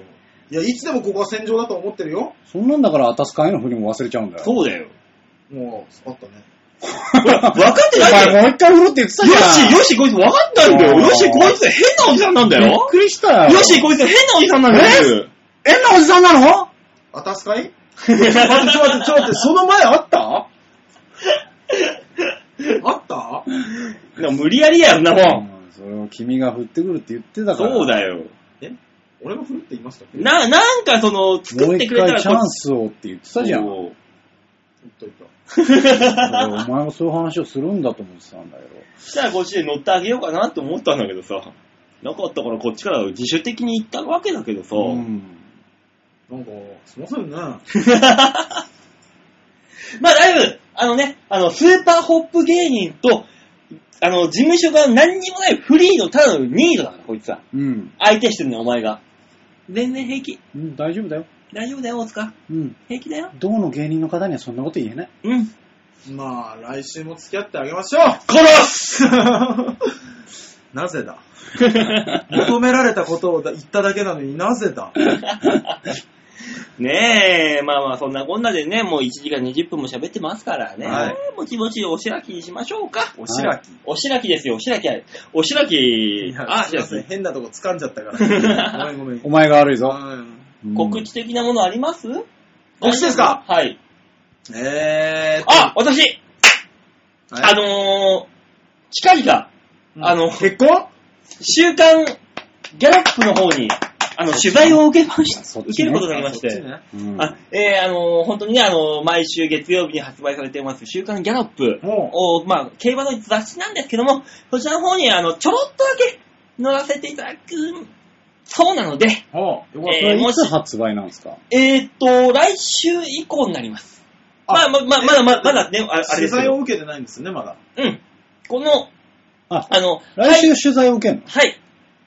いや、いつでもここは戦場だと思ってるよ。そんなんだから、あたすかへの振りも忘れちゃうんだよ。そうだ よ。もう、あったね。分かってないんおだよ。前もう一回振るって言ってたよじゃん。し、よし、こいつ分かったんだよ。あーよし、こいつ変なおじさんなんだびっよ。くりしたよ。よし、こいつ変なおじさんなんだよ。変なおじさんなのあたす かいちょっと待って、ちょっと待って、ちょっと待って、その前あったあったなんか無理やりやんなもん。うんそれを君が振ってくるって言ってたから。そうだよ。え俺が振るって言いましたっけ言っな、なんかその、も作うって一くれた回らチャンスをって言ってたじゃん。そうといた。俺お前がそういう話をするんだと思ってたんだよ。したらこっちで乗ってあげようかなと思ったんだけどさ。なかったからこっちから自主的に行ったわけだけどさ。ん。なんか、すいませんね。まあだいぶ、あのね、あの、スーパーホップ芸人と、あの、事務所が何にもないフリーのただのニードだから、こいつは。うん。相手してるね、お前が。全然平気。うん、大丈夫だよ。大丈夫だよ、大塚。うん。平気だよ。どうの芸人の方にはそんなこと言えない。うん。まあ、来週も付き合ってあげましょう殺す なぜだ求められたことを言っただけなのになぜだ ねえ、まあまあそんなこんなでね、もう1時間20分も喋ってますからね。はいぼちぼちおしらきにしましょうか。おしらき。おしらきですよ、おしらき。おしらきい、やあ、すしいらません。き。変なとこ掴んじゃったから。ご めんごめん。お前が悪いぞ。うん告知的なものあります告知ですかはい。えーっとあ、私、はいあのー、近々、あの、結婚週刊ギャラップの方に、あの、取材を受けまし、そっちね受けることになりましそってち、ねうん。うんあ、えー、あのー、本当にね、あのー、毎週月曜日に発売されてます、週刊ギャラップもを、まあ、競馬の雑誌なんですけども、そちらの方に、あの、ちょろっとだけ乗らせていただく、そうなので、う、もう、よかっそれはいつ発売なんですかえーっと、来週以降になります。あまあ、まあ、まあ、まだ、まだまだね、あたあれで取すけ材どを。受けてないんですね、まだ。うん。この、ああの、来は週い取材を受けんの、はい。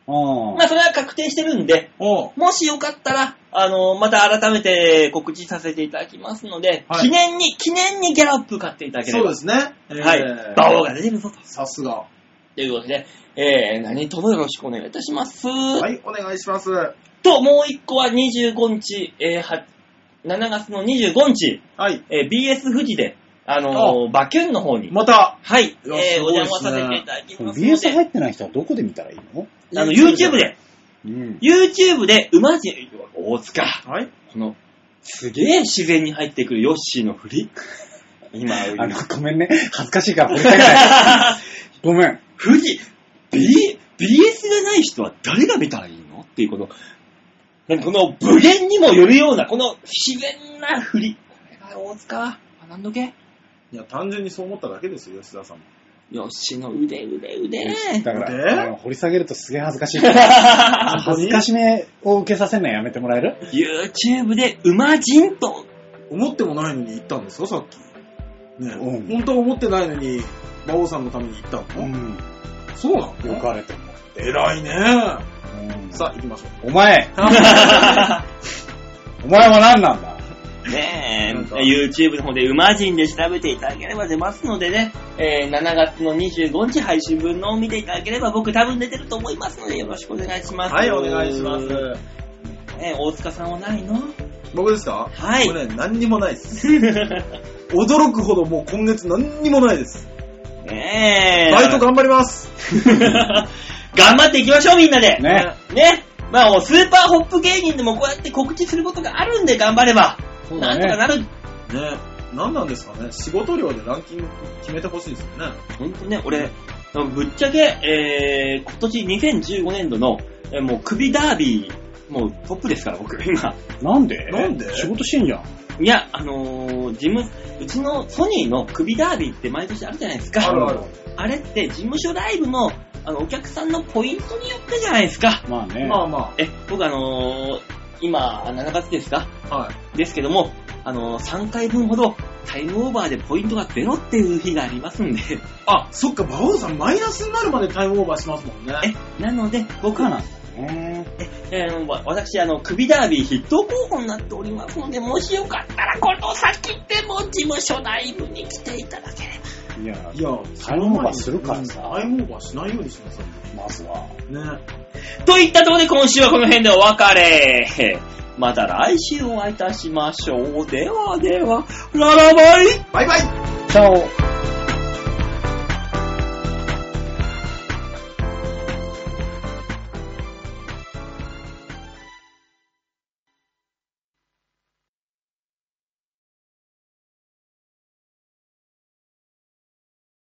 まああ、それは確定してるんで、おうもしよかったら、あの、また改めて告知させていただきますので、はい記念に、記念にギャラップ買っていただけれそうば。。ですすね。はいえ。ー馬王が出てるぞと。さすが。ということで、えー、何ともよろしくお願いいたします。はい、お願いします。はと、もう一個は25日、えー、は7月の25日、い。えー、BS 富士で、あのーバキュンの方に、また、はい、えいやすー、ごおい邪っすね魔させていただきますの BS 入で、ってない人はどこで見たらいいのあの、YouTube で、うん。 YouTube で、馬じ、大塚。はい。この、すげえ自然に入ってくるヨッシーの振り。今、あの、ごめんね。恥ずかしいから振りたくない。ごめん。 富士、B、BS がない人は誰が見たらいいのっていうこの、なんかこの、無限にもよるような、この自然な振り。これが大塚、学んどけ。いや、単純にそう思っただけですよ、吉田さんも。ヨッシーの腕、腕、腕。だから、であの掘り下げるとすげえ恥ずかしいか ら。恥ずかしめを受けさせるのやめてもらえる YouTube で、馬人と、思ってもないのに行ったんですか、さっき。ね、うん本当は思ってないのに、馬王さんのために行ったうの、ん。そうなのよかれと思偉いね。う。うんさあ、行きましょう。お前、お前は何なんだねなんかえ、YouTube の方で馬人で調べていただければ出ますのでね、えー7月の25日配信分のを見ていただければ僕多分出てると思いますのでよろしくお願いします。はい、お願いします。ねえ、大塚さんはないの僕ですかはい もうね、何にもないです。驚くほどもう今月何にもないです。ねえ。バイト頑張ります。 頑張っていきましょうみんなで。ね。ねまあもうスーパーホップ芸人でもこうやって告知することがあるんで頑張れば、そうなだんとかね。なる。ね、何なんですかね仕事量でランキング決めてほしいですよね。ほんとね、俺、ぶっちゃけ、えー今年2015年度の、えーもう首ダービーもうトップですから、僕、今。なんでなんで仕事してんじゃん。いや、あのー、事務、うちのソニーの首ダービーって毎年あるじゃないですか。あるあるあれって事務所ライブの、あの、お客さんのポイントによってじゃないですか。まあね。まあまえ、僕あのー、今、7月ですかあ、はい。ですけども、あのー、3回分ほどタイムオーバーでポイントがゼロっていう日があります んで、あ、そっか、馬王さんマイナスになるまでタイムオーバーしますもんね。え、なので、僕僕ははなんだよね。えーわ私、あの、首ダービー筆頭候補になっておりますので、もしよかったら、この先でも事務所ライブに来ていただければ。いや、いや、タイムオーバーするからさタイムオーバーしないようにしなさいよ。まずは。ね。といったところで、今週はこの辺でお別れ。また来週お会いいたしましょう。ではでは、ララバイバイバイチャオ。